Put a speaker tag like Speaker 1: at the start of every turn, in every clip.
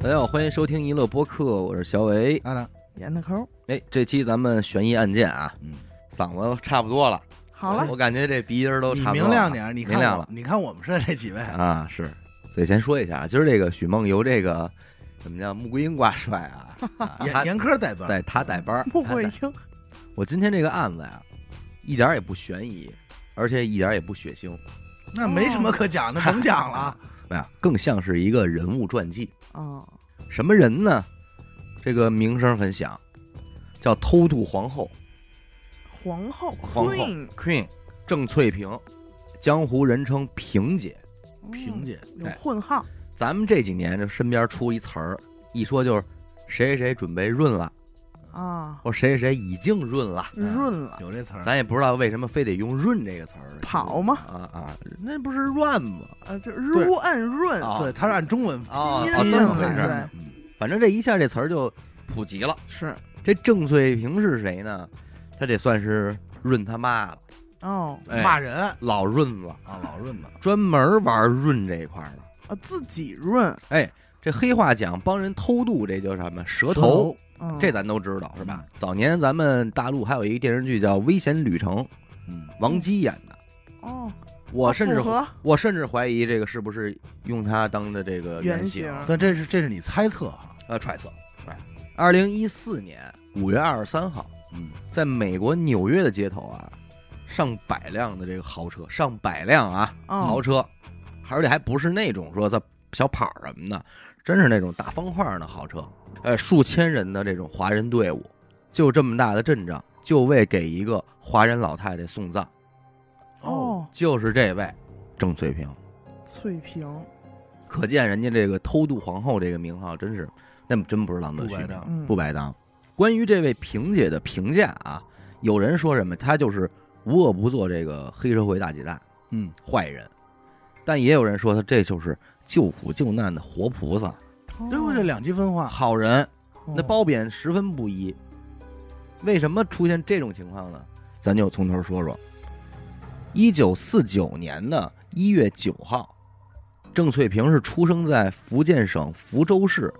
Speaker 1: 大家好，欢迎收听娱乐播客，我是小伟。
Speaker 2: 阿达，
Speaker 3: 演的抠，
Speaker 1: 哎，这期咱们悬疑案件啊，
Speaker 2: 嗯，
Speaker 1: 嗓子差不多了，
Speaker 3: 好了，
Speaker 1: 我感觉这鼻音儿都
Speaker 2: 你
Speaker 1: 差不多了。
Speaker 2: 明亮点儿，你看
Speaker 1: 明亮
Speaker 2: 我
Speaker 1: 了
Speaker 2: 你看我们是这几位，
Speaker 1: 啊，是。所以先说一下，啊今儿这个许梦由这个怎么叫穆桂英挂帅 啊，啊
Speaker 2: 严
Speaker 1: 他
Speaker 2: 严苛带班 儿，
Speaker 1: 对他带 班儿。
Speaker 3: 穆
Speaker 1: 他
Speaker 3: 桂
Speaker 1: 带
Speaker 3: 英，
Speaker 1: 我今天这个案子呀，一点儿也不悬疑，而且一点儿也不血腥，
Speaker 2: 那没什么可讲的，甭讲了。
Speaker 1: 哎呀，更像是一个人物传记。
Speaker 3: 嗯，
Speaker 1: 什么人呢？这个名声很响，叫偷渡皇后。
Speaker 3: 皇后嗯
Speaker 1: 皇后
Speaker 3: Queen，
Speaker 1: Queen 郑翠萍，江湖人称萍姐。
Speaker 3: 嗯
Speaker 2: 萍姐，
Speaker 3: 有
Speaker 1: 哎
Speaker 3: 混号，
Speaker 1: 咱们这几年就身边出一词儿，一说就是谁谁谁准备润了，
Speaker 3: 啊，
Speaker 1: 或谁谁谁已经润了。
Speaker 3: 润了，
Speaker 2: 有这词儿，
Speaker 1: 咱也不知道为什么非得用“润”这个词儿。
Speaker 3: 嗯跑吗
Speaker 1: 啊啊，那不是乱吗？
Speaker 3: 呃，这如按润，
Speaker 1: 啊，
Speaker 2: 对，他是按中文
Speaker 1: 哦，
Speaker 3: 拼
Speaker 1: 哦
Speaker 3: 音
Speaker 1: 这么
Speaker 3: 嘛
Speaker 1: 回事儿。
Speaker 3: 啊对
Speaker 2: 嗯
Speaker 1: 反正这一下这词儿就普及了。
Speaker 3: 是
Speaker 1: 这郑翠萍是谁呢？她这算是润他妈了，
Speaker 3: 哦，
Speaker 1: 哎
Speaker 2: 骂人啊，
Speaker 1: 老润了，
Speaker 2: 老润嘛，
Speaker 1: 专门玩润这一块儿的。
Speaker 3: 呃，自己润，
Speaker 1: 哎，这黑话讲帮人偷渡，这叫什么？蛇头，
Speaker 2: 头
Speaker 3: 嗯，
Speaker 1: 这咱都知道是吧
Speaker 2: 嗯？
Speaker 1: 早年咱们大陆还有一个电视剧叫《危险旅程》，
Speaker 2: 嗯，
Speaker 1: 王姬演的。
Speaker 3: 哦，
Speaker 1: 我甚至
Speaker 3: 符合
Speaker 1: 我甚至怀疑这个是不是用她当的这个原
Speaker 3: 原
Speaker 1: 型
Speaker 3: 型
Speaker 2: 但这是这是你猜测哈，
Speaker 1: 呃揣测。二零一四年五月二十三号，
Speaker 2: 嗯，
Speaker 1: 在美国纽约的街头啊，上百辆的这个豪车，上百辆啊
Speaker 3: 哦
Speaker 1: 豪车，而且还不是那种说在小跑儿什么的，真是那种大方块儿的豪车，呃，数千人的这种华人队伍，就这么大的阵仗，就为给一个华人老太太送葬，
Speaker 3: 哦，
Speaker 1: 就是这位郑翠萍。
Speaker 3: 翠萍，
Speaker 1: 可见人家这个偷渡皇后这个名号真是，那真不是浪得虚
Speaker 2: 不白
Speaker 1: 名啊
Speaker 2: 当，
Speaker 3: 嗯，
Speaker 1: 不白当。关于这位萍姐的评价啊，有人说什么她就是无恶不作这个黑社会大姐大
Speaker 2: 嗯，
Speaker 1: 坏人，但也有人说她这就是救苦救难的活菩萨
Speaker 2: 啊
Speaker 3: 哦
Speaker 2: 对不？这两极分化，
Speaker 1: 好人，
Speaker 3: 哦
Speaker 1: 那褒贬十分不一。为什么出现这种情况呢？咱就从头说说。一九四九年的一月九号，郑翠萍是出生在福建省福州市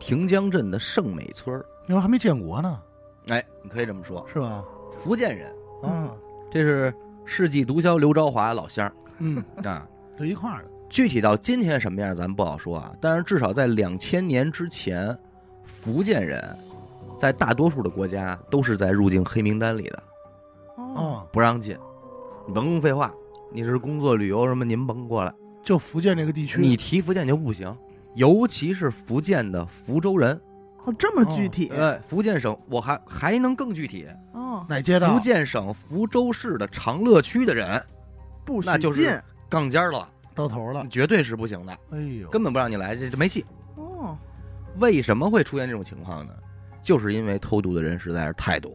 Speaker 1: 亭江镇的盛美村儿。
Speaker 2: 那时候还没建国呢，
Speaker 1: 哎，你可以这么说，
Speaker 2: 是吧？
Speaker 1: 福建人，
Speaker 2: 啊，
Speaker 1: 这是世纪毒枭刘朝华老乡儿
Speaker 2: 嗯，
Speaker 1: 啊。
Speaker 2: 都一块儿的，
Speaker 1: 具体到今天什么样，咱不好说啊。但是至少在两千年之前，福建人在大多数的国家都是在入境黑名单里的。
Speaker 3: 哦，
Speaker 2: 啊，
Speaker 1: 不让进，你甭废话，你是工作旅游什么，您甭过来，
Speaker 2: 就福建这个地区，
Speaker 1: 你提福建就不行，尤其是福建的福州人，
Speaker 3: 哦，这么具体，
Speaker 1: 对，福建省我还还能更具体，
Speaker 3: 哦，
Speaker 2: 哪街道
Speaker 1: 福？建省福州市的长乐区的人
Speaker 3: 不许
Speaker 1: 那就是
Speaker 3: 进，
Speaker 1: 杠尖儿了，
Speaker 2: 到头了，
Speaker 1: 绝对是不行的，
Speaker 2: 哎呦，
Speaker 1: 根本不让你来，这这没戏。
Speaker 3: 哦，
Speaker 1: 为什么会出现这种情况呢？就是因为偷渡的人实在是太多，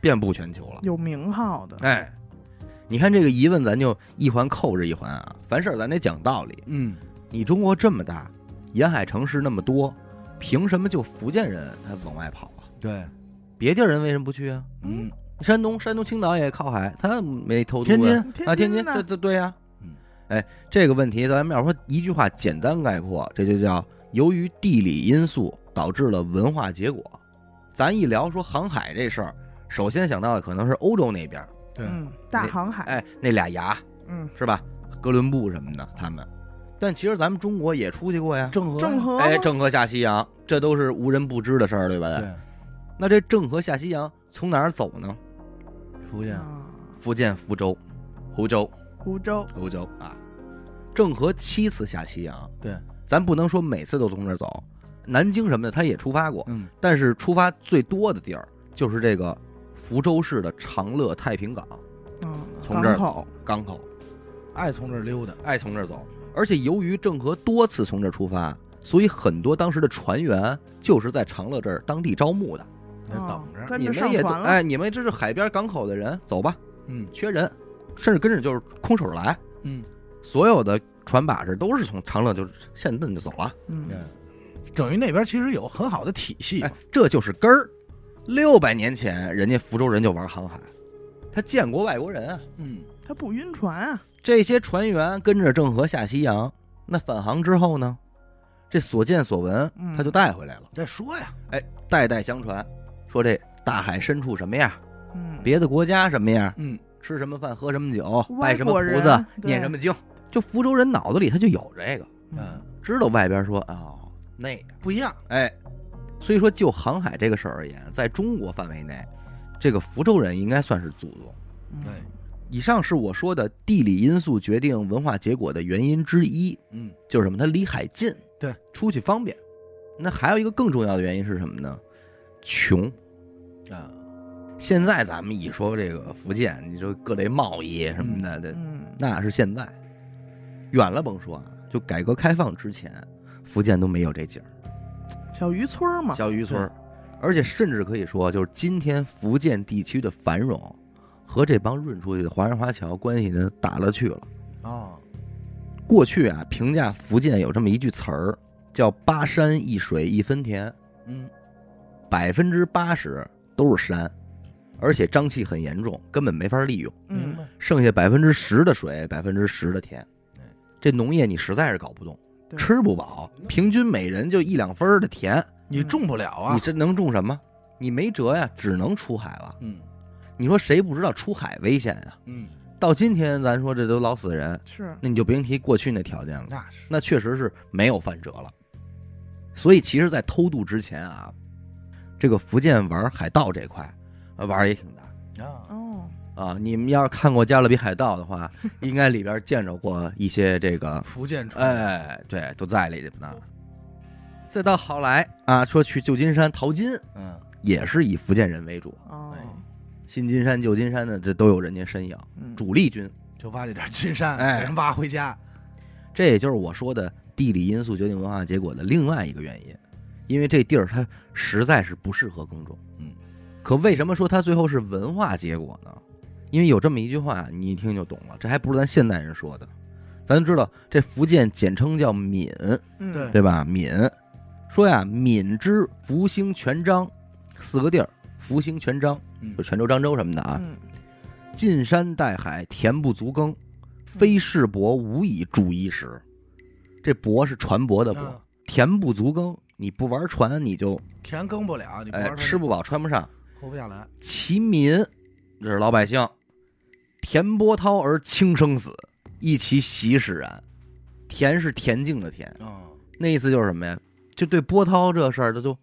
Speaker 1: 遍布全球了。
Speaker 3: 有名号的，
Speaker 1: 哎，你看这个疑问，咱就一环扣着一环啊，凡事咱得讲道理。
Speaker 2: 嗯，
Speaker 1: 你中国这么大，沿海城市那么多，凭什么就福建人他往外跑啊？
Speaker 2: 对，
Speaker 1: 别地儿人为什么不去啊？
Speaker 2: 嗯，
Speaker 1: 山东、山东青岛也靠海，他没偷渡、啊。
Speaker 2: 天津
Speaker 1: 啊，天
Speaker 3: 天
Speaker 1: 津，
Speaker 3: 呢
Speaker 1: 这这对呀、
Speaker 2: 嗯
Speaker 1: 哎，这个问题咱们要说一句话简单概括，这就叫由于地理因素导致了文化结果。咱一聊说航海这事儿，首先想到的可能是欧洲那边儿，
Speaker 2: 对，
Speaker 3: 嗯，大航海，
Speaker 1: 哎，那俩牙
Speaker 3: 嗯，
Speaker 1: 是吧？哥伦布什么的他们，但其实咱们中国也出去过呀。
Speaker 2: 郑和，
Speaker 3: 郑，和吗，
Speaker 1: 哎，郑和下西洋，这都是无人不知的事儿，对吧？
Speaker 2: 对，
Speaker 1: 那这郑和下西洋从哪儿走呢？
Speaker 2: 福建，
Speaker 3: 啊
Speaker 1: 福建福州，湖州，
Speaker 3: 湖州，
Speaker 1: 湖州啊。郑和七次下西洋，
Speaker 2: 对，
Speaker 1: 咱不能说每次都从这儿走。南京什么的他也出发过，
Speaker 2: 嗯，
Speaker 1: 但是出发最多的地儿就是这个福州市的长乐太平港
Speaker 3: 嗯，
Speaker 1: 从
Speaker 3: 港
Speaker 1: 这儿
Speaker 3: 口，
Speaker 1: 港口，
Speaker 2: 爱从这儿溜达，
Speaker 1: 爱从这儿走。而且由于郑和多次从这儿出发，所以很多当时的船员就是在长乐这儿当地招募的。
Speaker 2: 那
Speaker 3: 哦
Speaker 2: 等着，
Speaker 3: 嗯跟
Speaker 1: 哎你
Speaker 3: 着
Speaker 1: 们
Speaker 3: 上
Speaker 1: 也都
Speaker 3: 船了，
Speaker 1: 哎，你们这是海边港口的人，走吧，
Speaker 2: 嗯
Speaker 1: 缺人，甚至跟着就是空手来，
Speaker 2: 嗯，
Speaker 1: 所有的船把式都是从长乐就现顿就走了，
Speaker 3: 嗯，
Speaker 2: 等于那边其实有很好的体系
Speaker 1: 哎，这就是根儿。六百年前，人家福州人就玩航海，他见过外国人啊。
Speaker 2: 嗯，
Speaker 3: 他不晕船啊，
Speaker 1: 这些船员跟着郑和下西洋，那返航之后呢，这所见所闻
Speaker 3: 嗯
Speaker 1: 他就带回来了，
Speaker 2: 再说呀，
Speaker 1: 代代相传，说这大海深处什么样，
Speaker 3: 嗯，
Speaker 1: 别的国家什么样，
Speaker 2: 嗯，
Speaker 1: 吃什么饭，喝什么酒，
Speaker 3: 外
Speaker 1: 拜什么
Speaker 3: 国
Speaker 1: 菩萨
Speaker 3: 人，对
Speaker 1: 念什么经，就福州人脑子里他就有这个，
Speaker 3: 嗯
Speaker 2: 嗯，
Speaker 1: 知道外边说啊、哦、那样，
Speaker 2: 不一样，
Speaker 1: 哎，所以说就航海这个事儿而言，在中国范围内，这个福州人应该算是祖宗。
Speaker 3: 嗯
Speaker 2: 哎
Speaker 1: 以上是我说的地理因素决定文化结果的原因之一，
Speaker 2: 嗯，
Speaker 1: 就是什么？它离海近，
Speaker 2: 对，
Speaker 1: 出去方便。那还有一个更重要的原因是什么呢？穷。
Speaker 2: 啊，
Speaker 1: 现在咱们一说这个福建，你说各类贸易什么的，对，
Speaker 3: 嗯，
Speaker 1: 那是现在。远了甭说啊，就改革开放之前，福建都没有这景儿，
Speaker 3: 小渔村儿嘛，
Speaker 1: 小渔村儿。而且甚至可以说，就是今天福建地区的繁荣，和这帮润出去的华人华侨关系呢打了去了。
Speaker 2: 哦，
Speaker 1: 过去啊，评价福建有这么一句词儿，叫“八山一水一分田
Speaker 2: 嗯，”，
Speaker 1: 百分之八十都是山，而且瘴气很严重，根本没法利用。
Speaker 2: 明
Speaker 3: 嗯，
Speaker 2: 白，
Speaker 1: 剩下百分之十的水，百分之十的田
Speaker 2: 哎，
Speaker 1: 这农业你实在是搞不动，
Speaker 3: 对
Speaker 1: 吃不饱，平均每人就一两分儿的田，
Speaker 2: 你种不了啊
Speaker 1: 你，这能种什么？你没辙呀，只能出海了。
Speaker 2: 嗯
Speaker 1: 你说谁不知道出海危险呀？
Speaker 2: 嗯，
Speaker 1: 到今天咱说这都老死人，
Speaker 3: 是，
Speaker 1: 那你就甭提过去那条件了。
Speaker 2: 那是，
Speaker 1: 那确实是没有翻折了。所以其实，在偷渡之前啊，这个福建玩海盗这块呃玩儿也挺大
Speaker 2: 啊，
Speaker 3: 哦，
Speaker 1: 啊。你们要是看过《加勒比海盗》的话，应该里边见着过一些这个，
Speaker 2: 福建出，，
Speaker 1: 哎，对，都在里边呢。再到后来啊，说去旧金山淘金，
Speaker 2: 嗯，
Speaker 1: 也是以福建人为主，
Speaker 3: 哦，
Speaker 1: 新金山、旧金山的这都有人家身影，
Speaker 3: 嗯，
Speaker 1: 主力军。
Speaker 2: 就挖这点金山，
Speaker 1: 哎
Speaker 2: 给人挖回家，
Speaker 1: 这也就是我说的地理因素决定文化结果的另外一个原因，因为这地儿它实在是不适合耕种。
Speaker 2: 嗯，
Speaker 1: 可为什么说它最后是文化结果呢？因为有这么一句话，你一听就懂了，这还不是咱现代人说的。咱知道这福建简称叫闽，
Speaker 3: 嗯
Speaker 2: 对
Speaker 1: 对吧？闽，说呀，闽之福兴泉漳四个地儿，福兴泉漳
Speaker 2: 嗯
Speaker 1: 就，泉州、漳州什么的啊。
Speaker 3: 嗯
Speaker 1: 近山带海，田不足
Speaker 2: 嗯
Speaker 1: 耕，非是帛无以煮衣食。这帛是船舶的帛，
Speaker 2: 啊
Speaker 1: 田不足耕，你不玩船，你就
Speaker 2: 田耕不了，你不
Speaker 1: 哎
Speaker 2: 玩
Speaker 1: 吃
Speaker 2: 不
Speaker 1: 不饱穿不上。
Speaker 2: 活不下来，
Speaker 1: 其民，这是老百姓，田波涛而轻生死，亦其习使然。田是恬静的田，
Speaker 2: 嗯
Speaker 1: 那意思就是什么呀？就对波涛这事儿，他就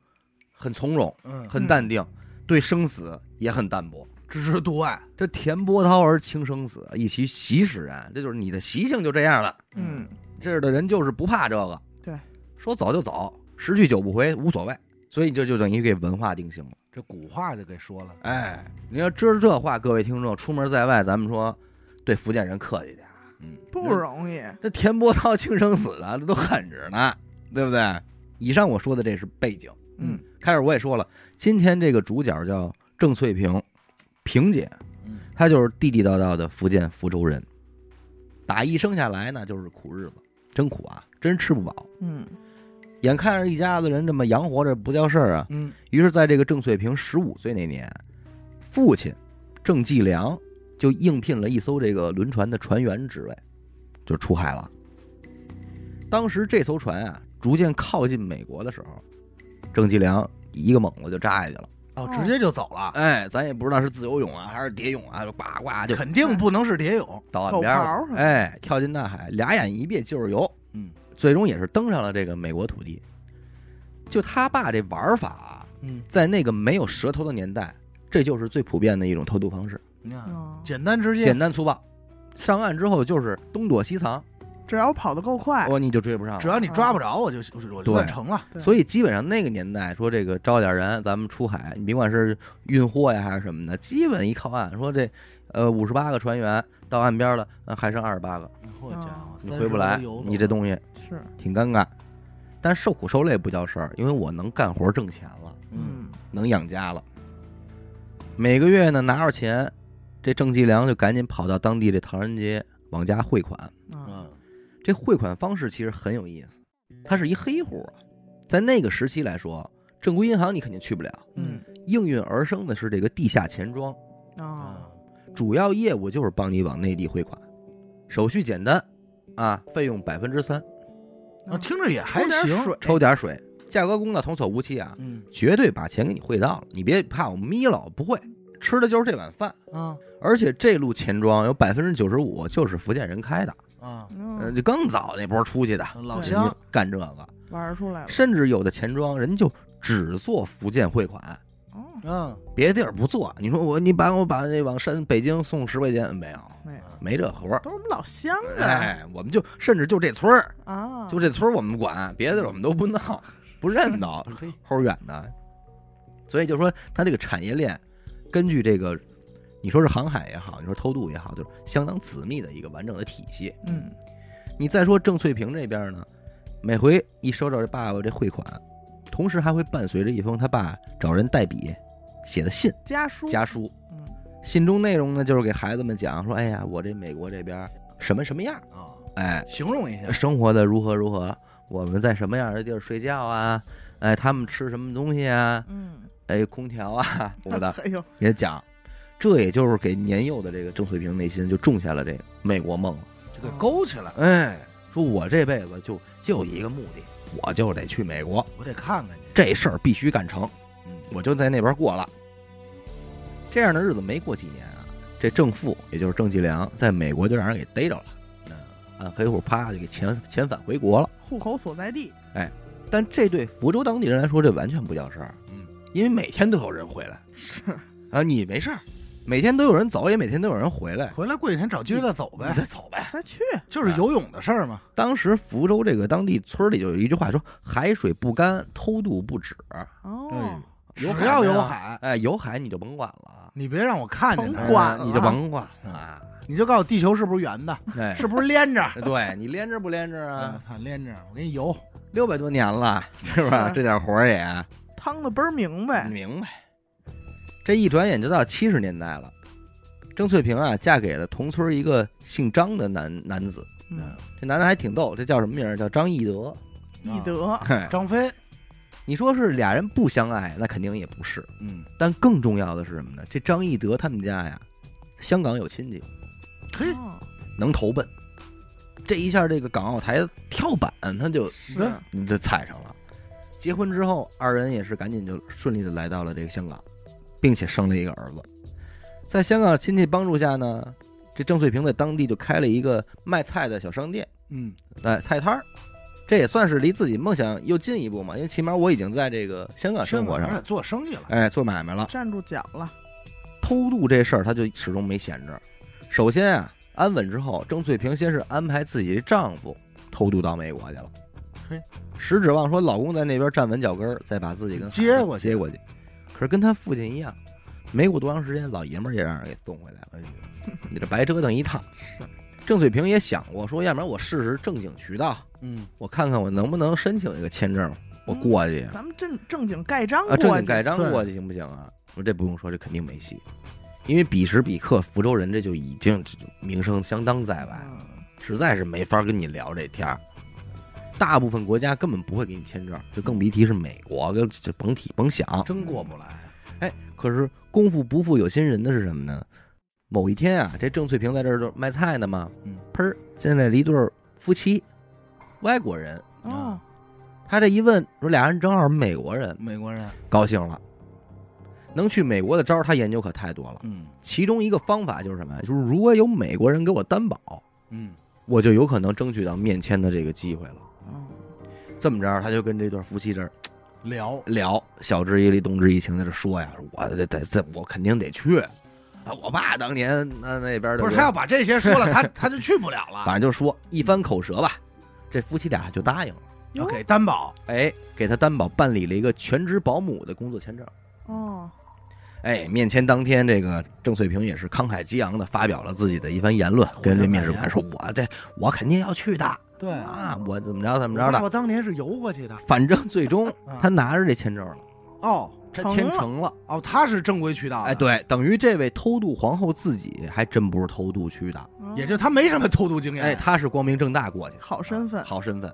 Speaker 1: 很从容，
Speaker 2: 嗯，
Speaker 1: 很淡定，对生死也很淡泊。
Speaker 2: 知之度外，
Speaker 1: 这田波涛而轻生死，以其习使然，这就是你的习性就这样了。
Speaker 3: 嗯，
Speaker 1: 这儿的人就是不怕这个，
Speaker 3: 对，
Speaker 1: 说走就走，十去九不回无所谓，所以这就等于给文化定性了。
Speaker 2: 这古话就给说了，
Speaker 1: 哎，你要知道这话，各位听众，出门在外，咱们说对福建人客气点儿，
Speaker 2: 嗯，
Speaker 3: 不容易，
Speaker 1: 这田波涛轻生死的，这都狠着呢，对不对？以上我说的这是背景，
Speaker 3: 嗯，
Speaker 1: 开始我也说了，今天这个主角叫郑翠萍，萍姐，
Speaker 2: 嗯
Speaker 1: 她就是地地道道的福建福州人。打一生下来呢，就是苦日子，真苦啊，真吃不饱。
Speaker 3: 嗯
Speaker 1: 眼看着一家子人这么养活着不叫事儿啊，
Speaker 2: 嗯，
Speaker 1: 于是在这个郑翠萍十五岁那年，父亲郑继良就应聘了一艘这个轮船的船员职位，就出海了。当时这艘船啊逐渐靠近美国的时候，郑继良一个猛子就扎下去了。
Speaker 2: 哦，直接就走了，
Speaker 1: 哎，咱也不知道是自由泳啊还是蝶泳啊，就呱呱就
Speaker 2: 肯定不能是蝶泳，
Speaker 1: 到岸
Speaker 3: 狗
Speaker 1: 边
Speaker 3: 刨
Speaker 1: 了
Speaker 3: 儿是。吧
Speaker 1: 哎，跳进大海，俩眼一闭就是游，
Speaker 2: 嗯
Speaker 1: 最终也是登上了这个美国土地。就他爸这玩法啊，
Speaker 2: 嗯，
Speaker 1: 在那个没有舌头的年代，这就是最普遍的一种偷渡方式，
Speaker 2: 你看，
Speaker 3: 哦，
Speaker 2: 简单直接，
Speaker 1: 简单粗暴。上岸之后就是东躲西藏，
Speaker 3: 只要跑得够快，
Speaker 1: 哦，你就追不上
Speaker 2: 只
Speaker 1: 了。
Speaker 2: 要你抓
Speaker 3: 哦
Speaker 2: 不着，我就我就算成了。
Speaker 3: 哎对
Speaker 1: 所以基本上那个年代，说这个招点人，咱们出海，你甭管是运货呀还是什么的，基本一靠岸，说这，呃，五十八个船员到岸边了，呃还剩二十八个，
Speaker 3: 哦
Speaker 2: 我嗯家伙，
Speaker 1: 你回不来，你这东西
Speaker 3: 是，
Speaker 1: 挺尴尬。但受苦受累不叫事儿，因为我能干活挣钱了，
Speaker 2: 嗯，
Speaker 3: 嗯
Speaker 1: 能养家了。每个月呢拿着钱，这郑继良就赶紧跑到当地这唐人街往家汇款。
Speaker 3: 啊，
Speaker 2: 嗯
Speaker 1: 这汇款方式其实很有意思，它是一黑户啊，在那个时期来说，正规银行你肯定去不了，
Speaker 3: 嗯
Speaker 1: 应运而生的是这个地下钱庄，
Speaker 3: 啊，
Speaker 2: 啊，
Speaker 1: 主要业务就是帮你往内地汇款，手续简单，啊，费用百分之三。
Speaker 2: 啊听着也还
Speaker 3: 哦抽点
Speaker 2: 行
Speaker 3: 水，
Speaker 1: 抽点水，价格公道，童叟无欺啊，
Speaker 2: 嗯
Speaker 1: 绝对把钱给你汇到了，你别怕我眯了，我不会，吃的就是这碗饭。
Speaker 2: 啊
Speaker 1: 而且这路钱庄有百分之九十五就是福建人开的，
Speaker 2: 啊，
Speaker 1: 嗯、
Speaker 3: 嗯，
Speaker 1: 就更早那波出去的，
Speaker 2: 老
Speaker 1: 人
Speaker 3: 对
Speaker 2: 乡
Speaker 1: 家干这个，
Speaker 3: 玩儿出来了。
Speaker 1: 甚至有的钱庄人家就只做福建汇款，
Speaker 3: 哦，
Speaker 2: 嗯
Speaker 1: 别的地儿不做。你说我你把我把那往山北京送十块钱没有？
Speaker 3: 没有啊
Speaker 1: 没这活儿。
Speaker 3: 都是我们老乡的
Speaker 1: 哎，我们就甚至就这村儿，
Speaker 3: 啊，
Speaker 1: 就这村儿我们管，别的地儿我们都不闹，不 认得，
Speaker 2: 嘿
Speaker 1: 齁远的。所以就说它这个产业链，根据这个，你说是航海也好，你说偷渡也好，就是相当紧密的一个完整的体系。
Speaker 3: 嗯，
Speaker 1: 你再说郑翠萍这边呢，每回一收到这爸爸这汇款，同时还会伴随着一封他爸找人代笔写的信
Speaker 3: 家书
Speaker 1: 家书。
Speaker 3: 嗯
Speaker 1: 信中内容呢，就是给孩子们讲说，哎呀，我这美国这边什么什么样，
Speaker 2: 啊，
Speaker 1: 哎，
Speaker 2: 形容一下
Speaker 1: 生活的如何如何，我们在什么样的地儿睡觉啊，哎，他们吃什么东西啊，
Speaker 3: 嗯，
Speaker 1: 哎，空调啊，我的
Speaker 3: 哎呦，
Speaker 1: 也讲。这也就是给年幼的这个郑翠萍内心就种下了这个美国梦了。
Speaker 2: 就
Speaker 3: 嗯
Speaker 2: 给勾起来，
Speaker 1: 哎，说我这辈子就就一个目的，我就得去美国，
Speaker 2: 我得看看去。
Speaker 1: 这事儿必须干成，
Speaker 2: 嗯
Speaker 1: 我就在那边过了。这样的日子没过几年啊，这郑富也就是郑继良在美国就让人给逮着了，按黑户啪就给遣遣返回国了。
Speaker 3: 户口所在地，
Speaker 1: 但这对福州当地人来说，这完全不叫事儿，
Speaker 2: 嗯，
Speaker 1: 因为每天都有人回来
Speaker 3: 是
Speaker 1: 啊，你没事儿，每天都有人走，也每天都有人回来，
Speaker 2: 回来过几天找机会再走呗
Speaker 1: 你，再走呗。
Speaker 3: 再去
Speaker 2: 就是游泳的事儿 嘛。
Speaker 1: 当时福州这个当地村里就有一句话说：“海水不干，偷渡不止。”
Speaker 3: 哦，
Speaker 2: 只
Speaker 1: 有海
Speaker 2: 要
Speaker 1: 没有
Speaker 2: 有海，
Speaker 1: 哎，有海你就甭管了，
Speaker 2: 你别让我看见
Speaker 3: 甭
Speaker 2: 它，
Speaker 3: 管
Speaker 1: 哎
Speaker 3: 了
Speaker 1: 你就甭管啊了。
Speaker 2: 你就告诉我地球是不是圆的，
Speaker 1: 哎，
Speaker 2: 是不是 连着？
Speaker 1: 对你连着不连着
Speaker 2: 啊
Speaker 1: 啊？，
Speaker 2: 它连着，我给你游。
Speaker 1: 六百多年 了，是吧？
Speaker 3: 是
Speaker 1: 这点活儿也
Speaker 3: 趟的倍儿明白，
Speaker 1: 明白。这一转眼就到七十年代了，郑翠萍啊，嫁给了同村一个姓张的男男子。
Speaker 3: 嗯，
Speaker 1: 这男的还挺逗，这叫什么名儿？叫张义德。
Speaker 3: 易德
Speaker 1: 嘿
Speaker 2: 张飞，
Speaker 1: 你说是俩人不相爱，那肯定也不是。
Speaker 2: 嗯，
Speaker 1: 但更重要的是什么呢？这张义德他们家呀，香港有亲戚，
Speaker 2: 嘿，
Speaker 3: 哦
Speaker 1: 能投奔。这一下，这个港澳台跳板他就是
Speaker 2: 对
Speaker 1: 你这踩上了。结婚之后，二人也是赶紧就顺利的来到了这个香港，并且生了一个儿子。在香港亲戚帮助下呢，这郑翠萍在当地就开了一个卖菜的小商店，
Speaker 2: 嗯，
Speaker 1: 哎，菜摊儿。这也算是离自己梦想又近一步嘛，因为起码我已经在这个香
Speaker 2: 啊
Speaker 1: 港生活上，
Speaker 2: 做生意了，
Speaker 1: 哎，做买卖了。
Speaker 3: 站住脚了，
Speaker 1: 偷渡这事儿，他就始终没闲着。首先啊，安稳之后，郑翠萍先是安排自己的丈夫偷渡到美国去了
Speaker 2: 嘿，
Speaker 1: 实指望说老公在那边站稳脚跟儿，再把自己跟孩子
Speaker 2: 接过去
Speaker 1: 接过去。可是跟他父亲一样，没过多长时间，老爷们儿也让人给送回来了。
Speaker 2: 哎呦，
Speaker 1: 你这白折腾一趟。
Speaker 3: 是
Speaker 1: 郑翠萍也想过说，要不然我试试正经渠道，
Speaker 2: 嗯，
Speaker 1: 我看看我能不能申请一个签证，我过去。
Speaker 3: 咱们正正经盖章
Speaker 1: 啊，正
Speaker 3: 过
Speaker 1: 经
Speaker 3: 去，
Speaker 1: 盖章
Speaker 2: 对
Speaker 1: 过去行不行啊？我这不用说，这肯定没戏，因为彼时彼刻福州人这就已经这就名声相当在外，
Speaker 3: 嗯
Speaker 1: 实在是没法跟你聊这天儿。大部分国家根本不会给你签证，就更别提是美国，就就甭提甭想。
Speaker 2: 真过不来。
Speaker 1: 哎，可是功夫不负有心人的是什么呢？某一天啊，这郑翠萍在这儿就卖菜呢嘛
Speaker 2: 嗯，
Speaker 1: 砰儿进来了一对儿夫妻，外国人。
Speaker 3: 哦，
Speaker 1: 他这一问，说俩人正好是美国人，
Speaker 2: 美国人，
Speaker 1: 高兴了。能去美国的招儿，他研究可太多了。
Speaker 2: 嗯
Speaker 1: 其中一个方法就是什么呀？就是如果有美国人给我担保，
Speaker 2: 嗯，
Speaker 1: 我就有可能争取到面签的这个机会了。
Speaker 3: 哦
Speaker 1: 这么着，他就跟这对夫妻这儿
Speaker 2: 聊，
Speaker 1: 聊，晓之以理，动之以情，在这说呀，我得得这我肯定得去。啊，我爸当年那那边的
Speaker 2: 不是
Speaker 1: 人
Speaker 2: 他要把这些说了，他他就去不了了，
Speaker 1: 反正就说一番口舌吧，这夫妻俩就答应了。
Speaker 2: 要给担保，
Speaker 1: 哎，给他担保办理了一个全职保姆的工作签证。
Speaker 3: 哦，
Speaker 1: 哎，面签当天，这个郑翠萍也是慷慨激昂的发表了自己的一番言论，跟这面试官说：“我这我肯定要去的
Speaker 2: 对
Speaker 1: 啊，我怎么着怎么着
Speaker 2: 我爸
Speaker 1: 的。
Speaker 2: 爸当年是游过去的”，
Speaker 1: 反正最 终
Speaker 2: 啊
Speaker 1: 他拿着这签证了，
Speaker 2: 哦
Speaker 1: 他
Speaker 3: 嗯成
Speaker 1: 签
Speaker 3: 了啊
Speaker 1: 成了。
Speaker 2: 哦，他是正规渠道的，
Speaker 1: 哎，，对，等于这位偷渡皇后自己还真不是偷渡去的，
Speaker 3: 哦
Speaker 2: 也就他没什么偷渡经验，
Speaker 1: 哎，她是光明正大过去的，
Speaker 3: 好身份，
Speaker 1: 好身份。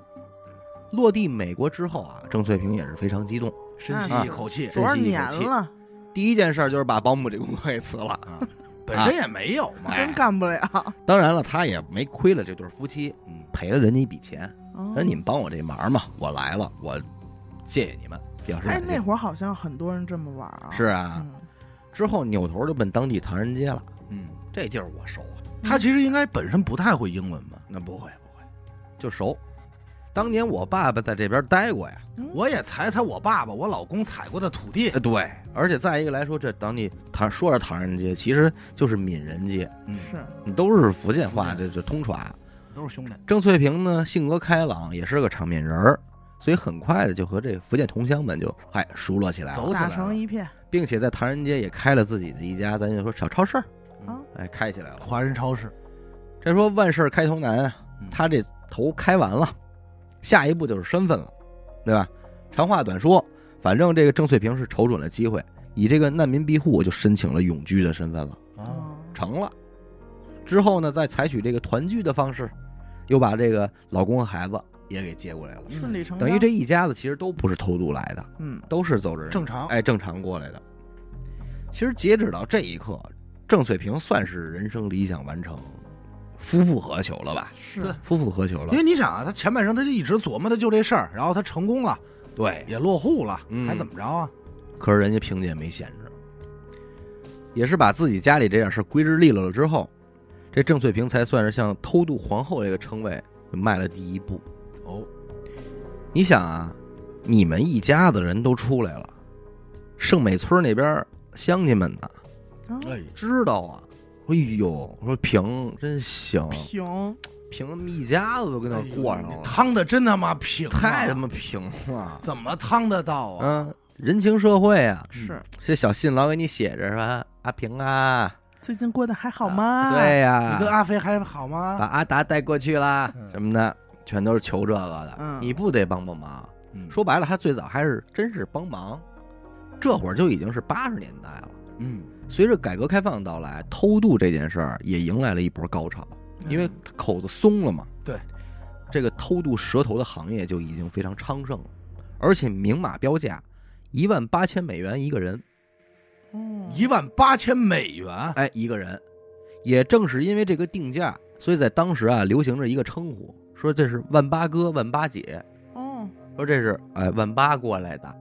Speaker 1: 落地美国之后啊，郑翠萍也是非常激动。
Speaker 2: 深吸一口气，
Speaker 1: 是
Speaker 3: 多少
Speaker 1: 深吸一口
Speaker 3: 年
Speaker 1: 气
Speaker 3: 了，
Speaker 1: 第一件事就是把保姆这工作给辞了。
Speaker 2: 啊本身也没有嘛，
Speaker 1: 哎
Speaker 3: 真干不了，
Speaker 1: 当然了，她也没亏了这对夫妻，
Speaker 2: 嗯
Speaker 1: 赔了人家一笔钱。
Speaker 3: 哦哦
Speaker 1: 说你们帮我这忙嘛，我来了，我谢谢你们，表示
Speaker 3: 哎，
Speaker 1: 感
Speaker 3: 那
Speaker 1: 谢。
Speaker 3: 会儿好像很多人这么玩啊。
Speaker 1: 是啊，
Speaker 3: 嗯，
Speaker 1: 之后扭头就奔当地唐人街了，
Speaker 2: 嗯，
Speaker 1: 这地儿我熟啊，
Speaker 2: 他其实应该本身不太会英文吧？
Speaker 1: 那不会不会，就熟。当年我爸爸在这边待过呀，
Speaker 3: 嗯
Speaker 2: 我也踩踩我爸爸，我老公踩过的土地
Speaker 1: 哎。对，而且再一个来说，这当地唐说是唐人街，其实就是闽人街，
Speaker 2: 嗯，
Speaker 3: 是，
Speaker 1: 都是福建话，这这通传。
Speaker 2: 都是兄弟。
Speaker 1: 郑翠萍呢，性格开朗，也是个场面人儿，所以很快的就和这福建同乡们就哎熟络起来了，
Speaker 2: 走起来
Speaker 3: 打
Speaker 2: 了
Speaker 3: 成一片。
Speaker 1: 并且在唐人街也开了自己的一家，咱就说小超市儿
Speaker 3: 啊，
Speaker 1: 哎，开起来了。
Speaker 2: 华人超市，
Speaker 1: 这说万事开头难啊
Speaker 2: 嗯，
Speaker 1: 他这头开完了，下一步就是身份了，对吧？长话短说，反正这个郑翠萍是瞅准了机会，以这个难民庇护，我就申请了永居的身份了，
Speaker 2: 啊，
Speaker 3: 嗯
Speaker 1: 成了。之后呢，再采取这个团聚的方式，又把这个老公和孩子也给接过来了。
Speaker 3: 嗯顺理成章。
Speaker 1: 嗯等于这，一家子其实都不是偷渡来的，
Speaker 3: 嗯，
Speaker 1: 都是走着人
Speaker 2: 正常。
Speaker 1: 哎正常过来的。其实截止到这一刻，郑翠萍算是人生理想完成，夫复何求了吧？
Speaker 3: 是
Speaker 2: 对
Speaker 1: 夫复何求了
Speaker 2: 因？为你想啊，他前半生他就一直琢磨的就这事儿，然后他成功了，
Speaker 1: 对，
Speaker 2: 也落户了，
Speaker 1: 哎嗯
Speaker 2: 还怎么着啊？
Speaker 1: 可是人家凭借没闲着，也是把自己家里这点事儿归置利落了之后，这郑翠萍才算是向偷渡皇后这个称谓迈了第一步。
Speaker 2: 哦，
Speaker 1: 你想啊，你们一家子人都出来了，圣美村那边乡亲们呢，
Speaker 3: 啊
Speaker 2: 哎，
Speaker 1: 知道啊。哎呦，说平真行，
Speaker 3: 平
Speaker 1: 平他妈一家子都跟嗯那儿过上
Speaker 2: 哎呦
Speaker 1: 了
Speaker 2: 你，趟的真他妈平啊，
Speaker 1: 太他妈平了。
Speaker 2: 怎么趟得到啊？
Speaker 1: 嗯，人情社会啊，
Speaker 3: 是
Speaker 1: 这小信老给你写着说阿平啊，
Speaker 3: 最近过得还好吗？，
Speaker 1: 对呀、
Speaker 2: 你跟阿飞还好吗
Speaker 1: 把？阿达带过去啦
Speaker 2: 嗯
Speaker 1: 什么的，全都是求这个的。
Speaker 3: 嗯
Speaker 1: 你不得帮帮忙？
Speaker 2: 嗯
Speaker 1: 说白了，他最早还是真是帮忙，这会儿就已经是八十年代了。
Speaker 2: 嗯，
Speaker 1: 随着改革开放的到来，偷渡这件事儿也迎来了一波高潮，因为口子松了嘛。
Speaker 2: 对，
Speaker 1: 这个偷渡蛇头的行业就已经非常昌盛了，而且明码标价一万八千美元一个人，
Speaker 3: 嗯，
Speaker 2: 一万八千美元，
Speaker 1: 哎，一个人。也正是因为这个定价，所以在当时啊，流行着一个称呼，说这是万八哥、万八姐，
Speaker 3: 哦，
Speaker 1: 说这是哎万八过来的，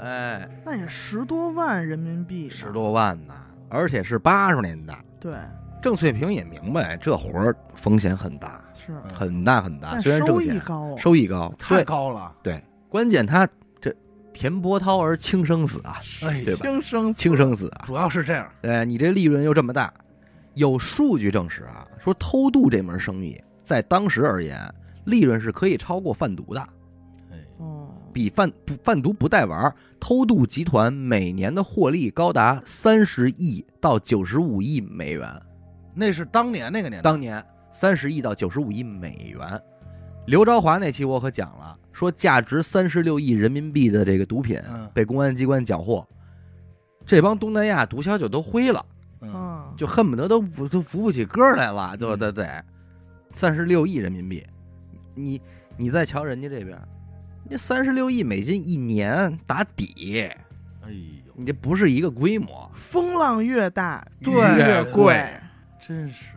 Speaker 1: 哎，
Speaker 3: 那也十多万人民币呢，
Speaker 1: 十多万呢，而且是八十年代。
Speaker 3: 对，
Speaker 1: 郑翠萍也明白这活儿风险很大，
Speaker 3: 是，
Speaker 1: 很大很大，嗯
Speaker 3: 但
Speaker 1: 啊虽然挣
Speaker 3: 收益
Speaker 1: 钱
Speaker 3: 高，哦
Speaker 1: 收益高，
Speaker 2: 太
Speaker 1: 对
Speaker 2: 高了。
Speaker 1: 对，关键他这田波涛而轻生死啊，
Speaker 2: 哎，
Speaker 1: 对吧
Speaker 3: 轻生
Speaker 1: 轻生死啊，
Speaker 2: 主要是这样，
Speaker 1: 呃，你这利润又这么大，有数据证实啊，说偷渡这门生意在当时而言，利润是可以超过贩毒的，
Speaker 2: 哎，
Speaker 3: 哦，
Speaker 1: 比贩不贩毒不带玩儿，偷渡集团每年的获利高达三十亿到九十五亿美元，
Speaker 2: 那是当年那个年代，
Speaker 1: 当年三十亿到九十五亿美元。刘朝华那期我可讲了，说价值三十六亿人民币的这个毒品
Speaker 2: 嗯
Speaker 1: 被公安机关缴获，这帮东南亚毒枭就都灰了，
Speaker 2: 嗯，
Speaker 3: 嗯，
Speaker 1: 就恨不得都不都扶不起歌来了，对对对，三十六亿人民币，你你再瞧人家这边，那三十六亿美金一年打底，
Speaker 2: 哎呦，
Speaker 1: 你这不是一个规模。
Speaker 3: 风浪越大
Speaker 2: 对
Speaker 3: 越贵，
Speaker 2: 真是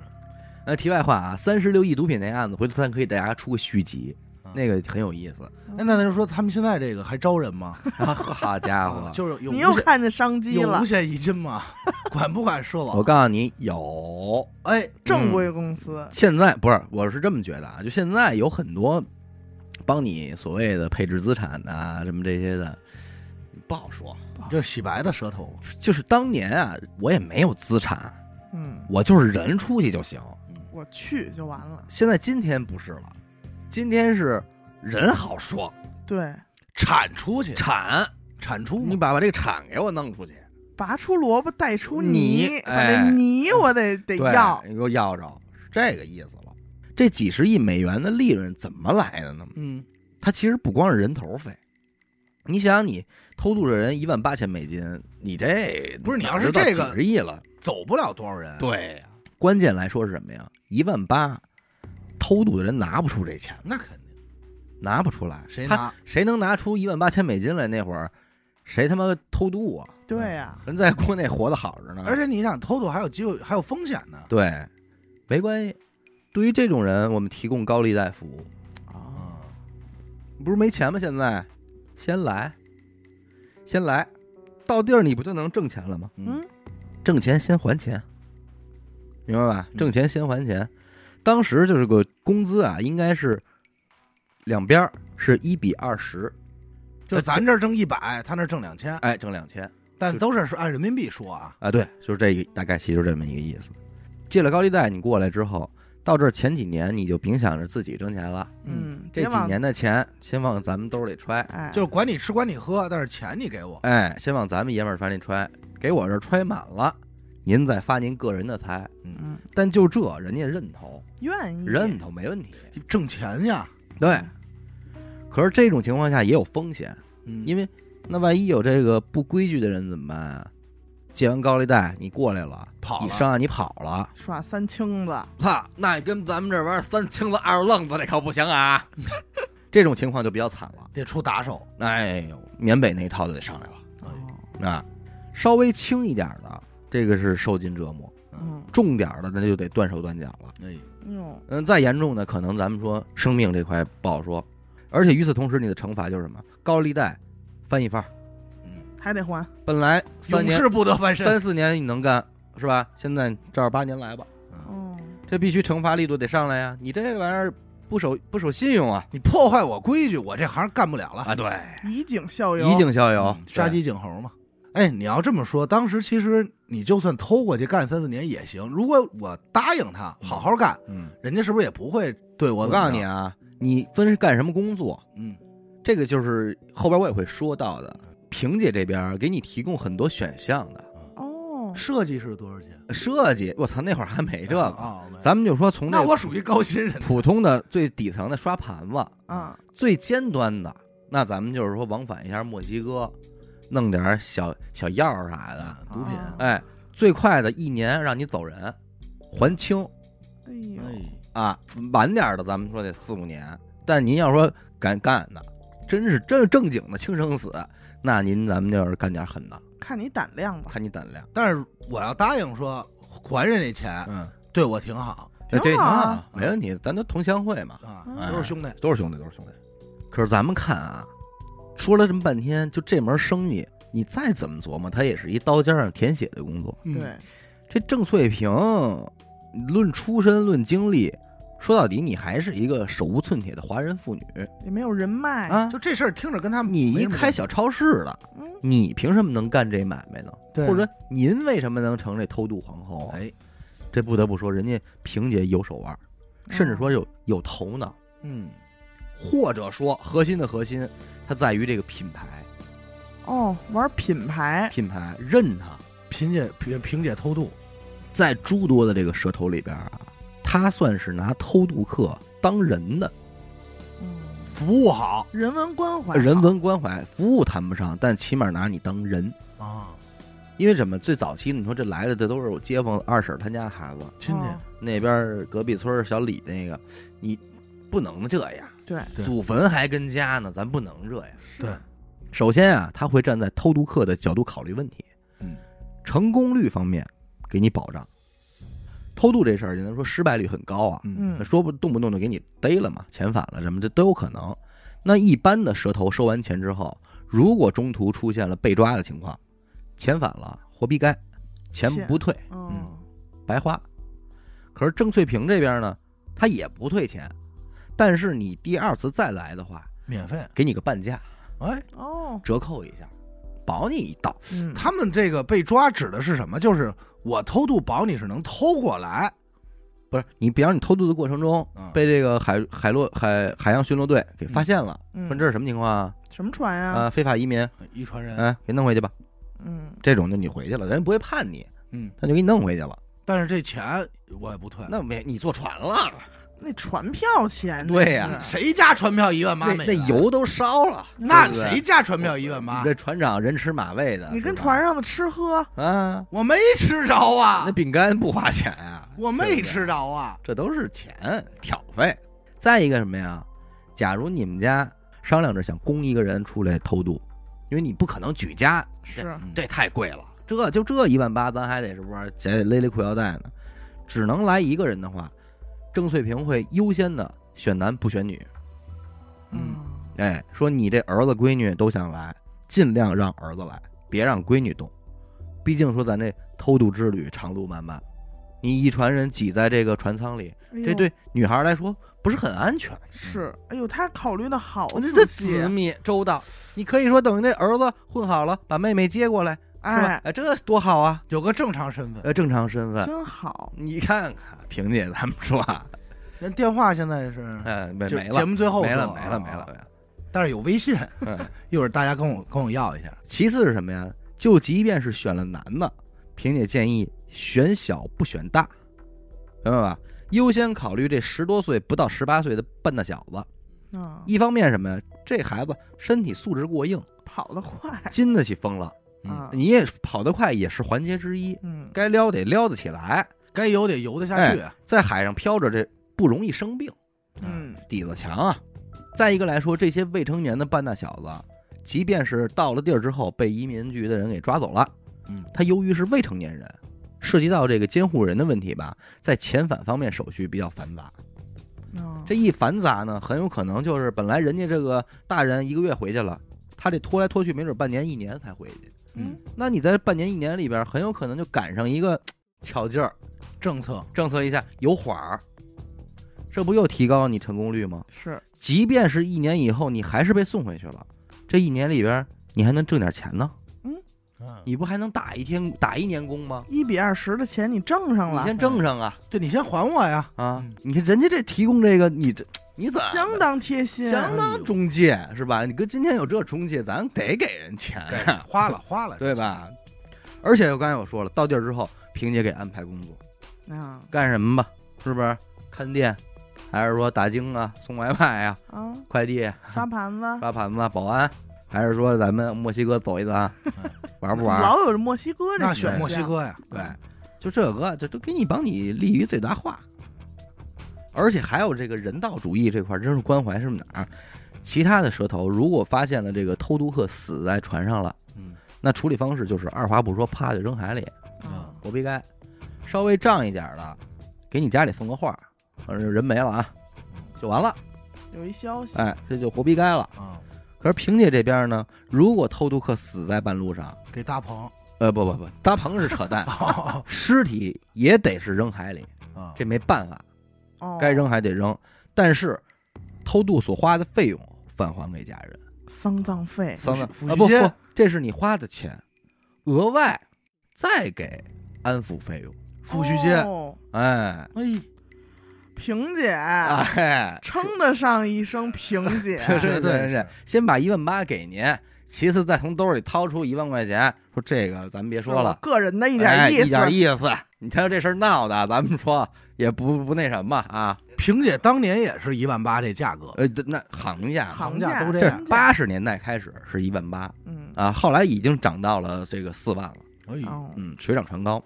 Speaker 1: 那题外话啊，三十六亿毒品那案子，回头咱可以给大家出个续集，
Speaker 2: 啊
Speaker 1: 那个很有意思。
Speaker 2: 哎，那咱就说他们现在这个还招人吗？
Speaker 1: 啊好家伙，
Speaker 2: 就是有
Speaker 3: 你
Speaker 2: 五
Speaker 3: 又
Speaker 2: 险
Speaker 3: 看见商机
Speaker 2: 有
Speaker 3: 了
Speaker 2: 五，险一金吗？ 管不管社
Speaker 1: 我
Speaker 2: 保？
Speaker 1: 告诉你，有
Speaker 2: 哎，
Speaker 3: 正规公司，
Speaker 1: 现在不是，我是这么觉得啊，就现在有很多帮你所谓的配置资产的啊，什么这些的，不好说。
Speaker 2: 这洗白的舌头，
Speaker 1: 就是当年啊，我也没有资产，
Speaker 3: 嗯，
Speaker 1: 我就是人出去就行。
Speaker 3: 我去就完了，
Speaker 1: 现在今天不是了，今天是人好说，
Speaker 3: 对，
Speaker 2: 产出去，
Speaker 1: 产，
Speaker 2: 产出
Speaker 1: 你
Speaker 2: 嘛，
Speaker 1: 把把这个产给我弄出去，
Speaker 3: 拔出萝卜带出
Speaker 1: 泥
Speaker 3: 泥，把
Speaker 1: 哎
Speaker 3: 这泥我得得
Speaker 1: 对
Speaker 3: 要，
Speaker 1: 你给我要着，是这个意思了。这几十亿美元的利润怎么来的呢？
Speaker 2: 嗯，
Speaker 1: 它其实不光是人头费。你想想，你偷渡的人一万八千美金，你这
Speaker 2: 不是你要是
Speaker 1: 哪知道
Speaker 2: 这个
Speaker 1: 几十亿了，
Speaker 2: 走不了多少人，
Speaker 1: 对呀、关键来说是什么呀？一万八，偷渡的人拿不出这钱，
Speaker 2: 那肯定，
Speaker 1: 拿不出来。
Speaker 2: 谁
Speaker 1: 他？嗯
Speaker 2: 拿？
Speaker 1: 谁能拿出一万八千美金来？那会儿谁他妈偷渡啊？
Speaker 3: 对呀，
Speaker 1: 人在国内活得好着呢。
Speaker 2: 而且你想偷渡还有机会，还有风险呢。
Speaker 1: 对，没关系。对于这种人，我们提供高利贷服务，
Speaker 3: 哦
Speaker 2: 啊
Speaker 1: 不是没钱吗？现在先来，先来，到地儿你不就能挣钱了吗？
Speaker 3: 嗯，
Speaker 1: 挣钱先还钱，明白吧？
Speaker 2: 嗯
Speaker 1: 挣钱先还钱。当时就是个工资啊，应该是两边儿是一比二十，
Speaker 2: 就
Speaker 1: 呃
Speaker 2: 咱这儿挣一百，他那儿挣两千，
Speaker 1: 哎挣两千
Speaker 2: 但都是是按人民币说啊。
Speaker 1: 啊，对，就是这个大概其实就这么一个意思。借了高利贷，你过来之后，到这儿前几年你就甭想着自己挣钱了，
Speaker 3: 嗯，
Speaker 1: 这
Speaker 3: 别
Speaker 1: 几
Speaker 3: 往
Speaker 1: 年的钱先往咱们兜里揣，
Speaker 3: 哎，
Speaker 2: 就是管你吃管你喝，但是钱你给我，
Speaker 1: 哎，先往咱们爷们儿船里揣，给我这儿揣满了，您再发您个人的财。
Speaker 3: 嗯
Speaker 1: 但就这，人家认同，
Speaker 3: 愿意
Speaker 1: 认同没问题。
Speaker 2: 挣钱呀。
Speaker 1: 对，可是这种情况下也有风险，
Speaker 2: 嗯，
Speaker 1: 因为那万一有这个不规矩的人怎么办啊？借完高利贷你过来了，
Speaker 2: 跑
Speaker 1: 你
Speaker 2: 了
Speaker 1: 上岸你跑了，
Speaker 3: 耍三清子，
Speaker 1: 操，那跟咱们这玩意儿三青子二愣子这可不行啊！ 这种情况就比较惨了。
Speaker 2: 得出打手。
Speaker 1: 哎呦，缅北那一套就得上来了。
Speaker 2: 哎
Speaker 3: 哦
Speaker 1: 啊，稍微轻一点的，这个是受尽折磨；
Speaker 3: 嗯，
Speaker 1: 重点的那就得断手断脚了。
Speaker 2: 哎，
Speaker 3: 哎呦，
Speaker 1: 嗯，再严重的，可能咱们说生命这块不好说。而且与此同时，你的惩罚就是什么？高利贷翻一番儿，
Speaker 2: 嗯，
Speaker 3: 还得还，
Speaker 1: 本来三
Speaker 2: 永
Speaker 1: 年、
Speaker 2: 世不得翻身。
Speaker 1: 三四年你能干是吧？现在正儿八年来吧，
Speaker 2: 嗯
Speaker 3: 哦，
Speaker 1: 这必须惩罚力度得上来呀！你这玩意儿不守不守信用啊！
Speaker 2: 你破坏我规矩，我这行干不了了。
Speaker 1: 啊，对，
Speaker 3: 以儆效尤，
Speaker 1: 以儆效尤
Speaker 2: 嗯，杀鸡儆猴嘛。哎，你要这么说，当时其实你就算偷过去干三四年也行。如果我答应他好好干，
Speaker 1: 对。嗯，
Speaker 2: 人家是不是也不会对我
Speaker 1: 我
Speaker 2: 怎么
Speaker 1: 告
Speaker 2: 样？
Speaker 1: 诉你啊，你分是干什么工作，
Speaker 2: 嗯，
Speaker 1: 这个就是后边我也会说到的。萍姐这边给你提供很多选项的
Speaker 3: 哦，
Speaker 2: 设计是多少钱？
Speaker 1: 设计，我操，那会儿还没这
Speaker 2: 啊
Speaker 1: 个，
Speaker 2: 啊，
Speaker 1: 咱们就说从
Speaker 2: 那
Speaker 1: 这
Speaker 2: 我属于高薪人。
Speaker 1: 普通的最底层的刷盘子，
Speaker 3: 啊，
Speaker 1: 最尖端的，那咱们就是说往返一下墨西哥，弄点小小药啥的，
Speaker 2: 啊毒品，
Speaker 3: 啊
Speaker 1: 哎，最快的一年让你走人，还清
Speaker 3: 哎呦，
Speaker 2: 哎，
Speaker 1: 啊，晚点儿的咱们说得四五年，但您要说敢干的，真是真是正经的轻生死，那您咱们就是干点狠的，
Speaker 3: 看你胆量吧，
Speaker 1: 看你胆量，
Speaker 2: 但是我要答应说还人家钱，
Speaker 1: 嗯，
Speaker 2: 对我挺好
Speaker 1: 那这
Speaker 3: 挺好啊
Speaker 1: 没问题，咱都同乡会嘛，
Speaker 2: 啊
Speaker 3: 嗯，
Speaker 2: 都是兄弟。
Speaker 1: 都是兄弟，都是兄弟。可是咱们看啊，说了这么半天，就这门生意，你再怎么琢磨，它也是一刀尖上舔血的工作。
Speaker 2: 嗯，
Speaker 3: 对，
Speaker 1: 这郑翠萍，论出身论经历，说到底你还是一个手无寸铁的华人妇女
Speaker 3: 也没有人脉，
Speaker 1: 啊
Speaker 2: 就。这事儿听着跟他们
Speaker 1: 你
Speaker 2: 没
Speaker 1: 一
Speaker 2: 什么
Speaker 1: 开小超市的，
Speaker 3: 嗯，
Speaker 1: 你凭什么能干这买卖呢？
Speaker 2: 对啊
Speaker 1: 或者说您为什么能成这偷渡皇后啊？
Speaker 2: 哎，哦
Speaker 1: 这不得不说，人家萍姐有手腕，甚
Speaker 3: 嗯
Speaker 1: 至说有有头脑。
Speaker 2: 嗯，
Speaker 1: 或者说核心的核心，它在于这个品牌，
Speaker 3: 哦，玩品牌，
Speaker 1: 品牌认它，
Speaker 2: 萍姐萍萍姐偷渡，
Speaker 1: 在诸多的这个蛇头里边啊，它算是拿偷渡客当人的，
Speaker 3: 嗯，
Speaker 2: 服务好
Speaker 3: 人文关怀，
Speaker 1: 人，文关怀服务谈不上，但起码拿你当人。
Speaker 2: 啊，
Speaker 1: 因为什么？最早期你说这来的这都是我街坊二婶她家孩子，
Speaker 2: 亲戚。
Speaker 3: 哦
Speaker 1: 那边儿隔壁村儿小李那个，你不能这样，
Speaker 3: 对，
Speaker 2: 对
Speaker 1: 祖坟还跟家呢，咱不能这样。
Speaker 3: 是
Speaker 2: 对，
Speaker 1: 首先啊，他会站在偷渡客的角度考虑问题，
Speaker 2: 嗯，
Speaker 1: 成功率方面给你保障。偷渡这事儿，人家说失败率很高啊，
Speaker 2: 嗯
Speaker 3: 嗯，
Speaker 1: 说不动不动就给你逮了嘛，遣返了什么，这都有可能。那一般的蛇头收完钱之后，如果中途出现了被抓的情况，遣返了，活逼该，钱
Speaker 3: 钱
Speaker 1: 不退，
Speaker 3: 哦，
Speaker 1: 白花。可是郑翠萍这边呢，他也不退钱，但是你第二次再来的话，
Speaker 2: 免费。
Speaker 1: 给你个半价，
Speaker 2: 哎，
Speaker 3: 哦，
Speaker 1: 折扣一下，保你一道。
Speaker 3: 嗯，
Speaker 2: 他们这个被抓指的是什么？就是我偷渡保你是能偷过来，
Speaker 1: 不是你，比方你偷渡的过程中
Speaker 2: 嗯
Speaker 1: 被这个海海洛海海洋巡逻队给发现了，
Speaker 3: 嗯
Speaker 1: 问这是什么情况啊？
Speaker 3: 什么船呀？
Speaker 1: 啊，非法移民，
Speaker 2: 一船人。
Speaker 1: 嗯，给弄回去吧。
Speaker 3: 嗯，
Speaker 1: 这种就你回去了，人家不会判你，
Speaker 2: 嗯，
Speaker 1: 他就给你弄回去了。
Speaker 2: 但是这钱我也不退。
Speaker 1: 那没你坐船了，
Speaker 3: 那船票钱，嗯
Speaker 1: 对呀
Speaker 3: 那是
Speaker 2: 谁家船票一万八
Speaker 1: 那
Speaker 2: 美
Speaker 1: 那
Speaker 2: 元？
Speaker 1: 油都烧了，
Speaker 2: 那
Speaker 1: 对不对
Speaker 2: 谁家船票一万八
Speaker 1: 你？这船长人吃马喂的，
Speaker 3: 你跟
Speaker 1: 是吧
Speaker 3: 船上的吃喝，
Speaker 1: 啊，
Speaker 2: 我没吃着啊
Speaker 1: 那，饼干不花钱啊，
Speaker 2: 我
Speaker 1: 对
Speaker 2: 没
Speaker 1: 不对
Speaker 2: 吃着啊。
Speaker 1: 这都是钱挑费。再一个什么呀？假如你们家商量着想供一个人出来偷渡，因为你不可能举家，
Speaker 3: 是
Speaker 2: 嗯
Speaker 1: 这太贵了，这就这一万八，咱还得是不是得勒勒裤腰带呢？只能来一个人的话，郑翠萍会优先的选男不选女，
Speaker 2: 嗯
Speaker 3: 嗯，
Speaker 1: 哎，说你这儿子闺女都想来，尽量让儿子来，别让闺女动。毕竟说咱这偷渡之旅长路漫漫，你一船人挤在这个船舱里，
Speaker 3: 哎呦
Speaker 1: 这嗯对女孩来说不是很安全。
Speaker 3: 是，哎呦，他考虑的好啊
Speaker 1: 这
Speaker 3: 仔
Speaker 1: 这
Speaker 3: 细
Speaker 1: 缜密周到，你可以说等这儿子混好了，把妹妹接过来，是吧？
Speaker 3: 哎，
Speaker 1: 哎，这多好啊！
Speaker 2: 有个正常身份。
Speaker 1: 呃，正常身份，
Speaker 3: 真好，
Speaker 1: 你看看，萍姐咱们说，啊，
Speaker 2: 那电话现在是，
Speaker 1: 哎，没
Speaker 2: 就
Speaker 1: 没
Speaker 2: 节
Speaker 1: 了，
Speaker 2: 目最后
Speaker 1: 没了，
Speaker 2: 说啊
Speaker 1: 没了，没了，没，了。
Speaker 2: 但是有微信，
Speaker 1: 嗯，
Speaker 2: 一会儿大家跟我跟我要一下。
Speaker 1: 其次是什么呀？就即便是选了男的，萍姐建议选小不选大，明白吧？优先考虑这十多岁不到十八岁的笨大小子。
Speaker 3: 嗯，
Speaker 1: 一方面什么呀？这孩子身体素质过硬，
Speaker 3: 跑得快
Speaker 1: 经得起风浪。
Speaker 2: 嗯
Speaker 3: 啊，
Speaker 1: 你也跑得快也是环节之一，
Speaker 3: 嗯，
Speaker 1: 该撩得撩得起来，
Speaker 2: 该游得游得下去。啊
Speaker 1: 在海上漂着这不容易生病，
Speaker 3: 嗯，
Speaker 1: 底子强啊。再一个来说，这些未成年的半大小子，即便是到了地儿之后被移民局的人给抓走了，
Speaker 2: 嗯，
Speaker 1: 他由于是未成年人，涉及到这个监护人的问题吧，在遣返方面手续比较繁杂。
Speaker 3: 嗯
Speaker 1: 这一繁杂呢，很有可能就是本来人家这个大人一个月回去了，他这拖来拖去，没准半年一年才回去。
Speaker 2: 嗯，
Speaker 1: 那你在半年一年里边，很有可能就赶上一个巧劲儿，
Speaker 2: 政策
Speaker 1: 政策一下有缓儿，这不又提高你成功率吗？
Speaker 3: 是
Speaker 1: 即便是一年以后你还是被送回去了，这一年里边你还能挣点钱呢，
Speaker 2: 嗯
Speaker 1: 你不还能打一天打一年工吗？
Speaker 3: 一比二十的钱你挣上
Speaker 1: 你
Speaker 3: 了，
Speaker 1: 先挣上啊
Speaker 2: 对你先还我呀。
Speaker 1: 啊
Speaker 2: 嗯！
Speaker 1: 你看人家这提供这个，你这你怎么
Speaker 3: 相当贴心，
Speaker 1: 相当中介是吧？你哥今天有这中介，咱得给人钱
Speaker 2: 对
Speaker 1: 啊，
Speaker 2: 花了花了，
Speaker 1: 对吧？而且我刚才我说了，到地儿之后，萍姐给安排工作，
Speaker 3: 啊
Speaker 1: 干什么吧？是不是看店，还是说打更啊、送外卖啊、
Speaker 3: 啊，
Speaker 1: 快递啊、
Speaker 3: 刷盘子，
Speaker 1: 刷盘子啊、保安，还是说咱们墨西哥走一趟啊
Speaker 2: 嗯，
Speaker 1: 玩不玩？
Speaker 3: 老有墨西哥这
Speaker 2: 那
Speaker 3: 选
Speaker 2: 选
Speaker 3: 项
Speaker 2: 墨西，哥呀。
Speaker 1: 对，就这个，这都给你帮你利于最大化。而且还有这个人道主义这块儿，真是关怀是哪儿？其他的蛇头如果发现了这个偷渡客死在船上了，
Speaker 2: 嗯，
Speaker 1: 那处理方式就是二话不说，啪就扔海里，
Speaker 3: 嗯
Speaker 1: 活逼该。稍微仗一点儿的，给你家里送个话，反正人没了啊，就完了。
Speaker 3: 有一消息，
Speaker 1: 哎，这就活逼该了。
Speaker 2: 啊，
Speaker 1: 可是萍姐这边呢，如果偷渡客死在半路上，
Speaker 2: 给大鹏，
Speaker 1: 呃，不不不，搭棚是扯淡
Speaker 2: 啊
Speaker 1: 尸体也得是扔海里，
Speaker 2: 啊
Speaker 1: 这没办法，
Speaker 3: 哦，
Speaker 1: 该扔还得扔。但是偷渡所花的费用返还给家人，
Speaker 3: 丧葬费，
Speaker 1: 丧葬
Speaker 2: 抚恤
Speaker 1: 啊不
Speaker 2: 金
Speaker 1: 不，这是你花的钱，额外再给安抚费用。
Speaker 2: 抚恤金。
Speaker 3: 哦
Speaker 1: 哎
Speaker 2: 哎，
Speaker 3: 萍姐
Speaker 1: 哎，
Speaker 3: 称得上一声萍姐，
Speaker 1: 是
Speaker 2: 绝
Speaker 1: 是
Speaker 2: 对
Speaker 1: 是是
Speaker 2: 是，
Speaker 1: 先把一万八给您，其次再从兜里掏出一万块钱，说这个咱别说
Speaker 3: 是我
Speaker 1: 了。
Speaker 3: 个人的一
Speaker 1: 哎
Speaker 3: 点意
Speaker 1: 一
Speaker 3: 思，
Speaker 1: 点意思。你瞧这事儿闹的，咱们说也不不那什么啊。
Speaker 2: 萍姐当年也是一万八这价格，
Speaker 1: 呃，那行家，
Speaker 3: 行
Speaker 2: 行
Speaker 3: 价
Speaker 2: 价都
Speaker 1: 这
Speaker 2: 这样
Speaker 3: 真
Speaker 1: 八十年代开始是一万八
Speaker 3: 嗯，
Speaker 1: 啊，后来已经涨到了这个四万了，
Speaker 2: 哎呦，
Speaker 3: 哦，
Speaker 1: 嗯，水涨船高。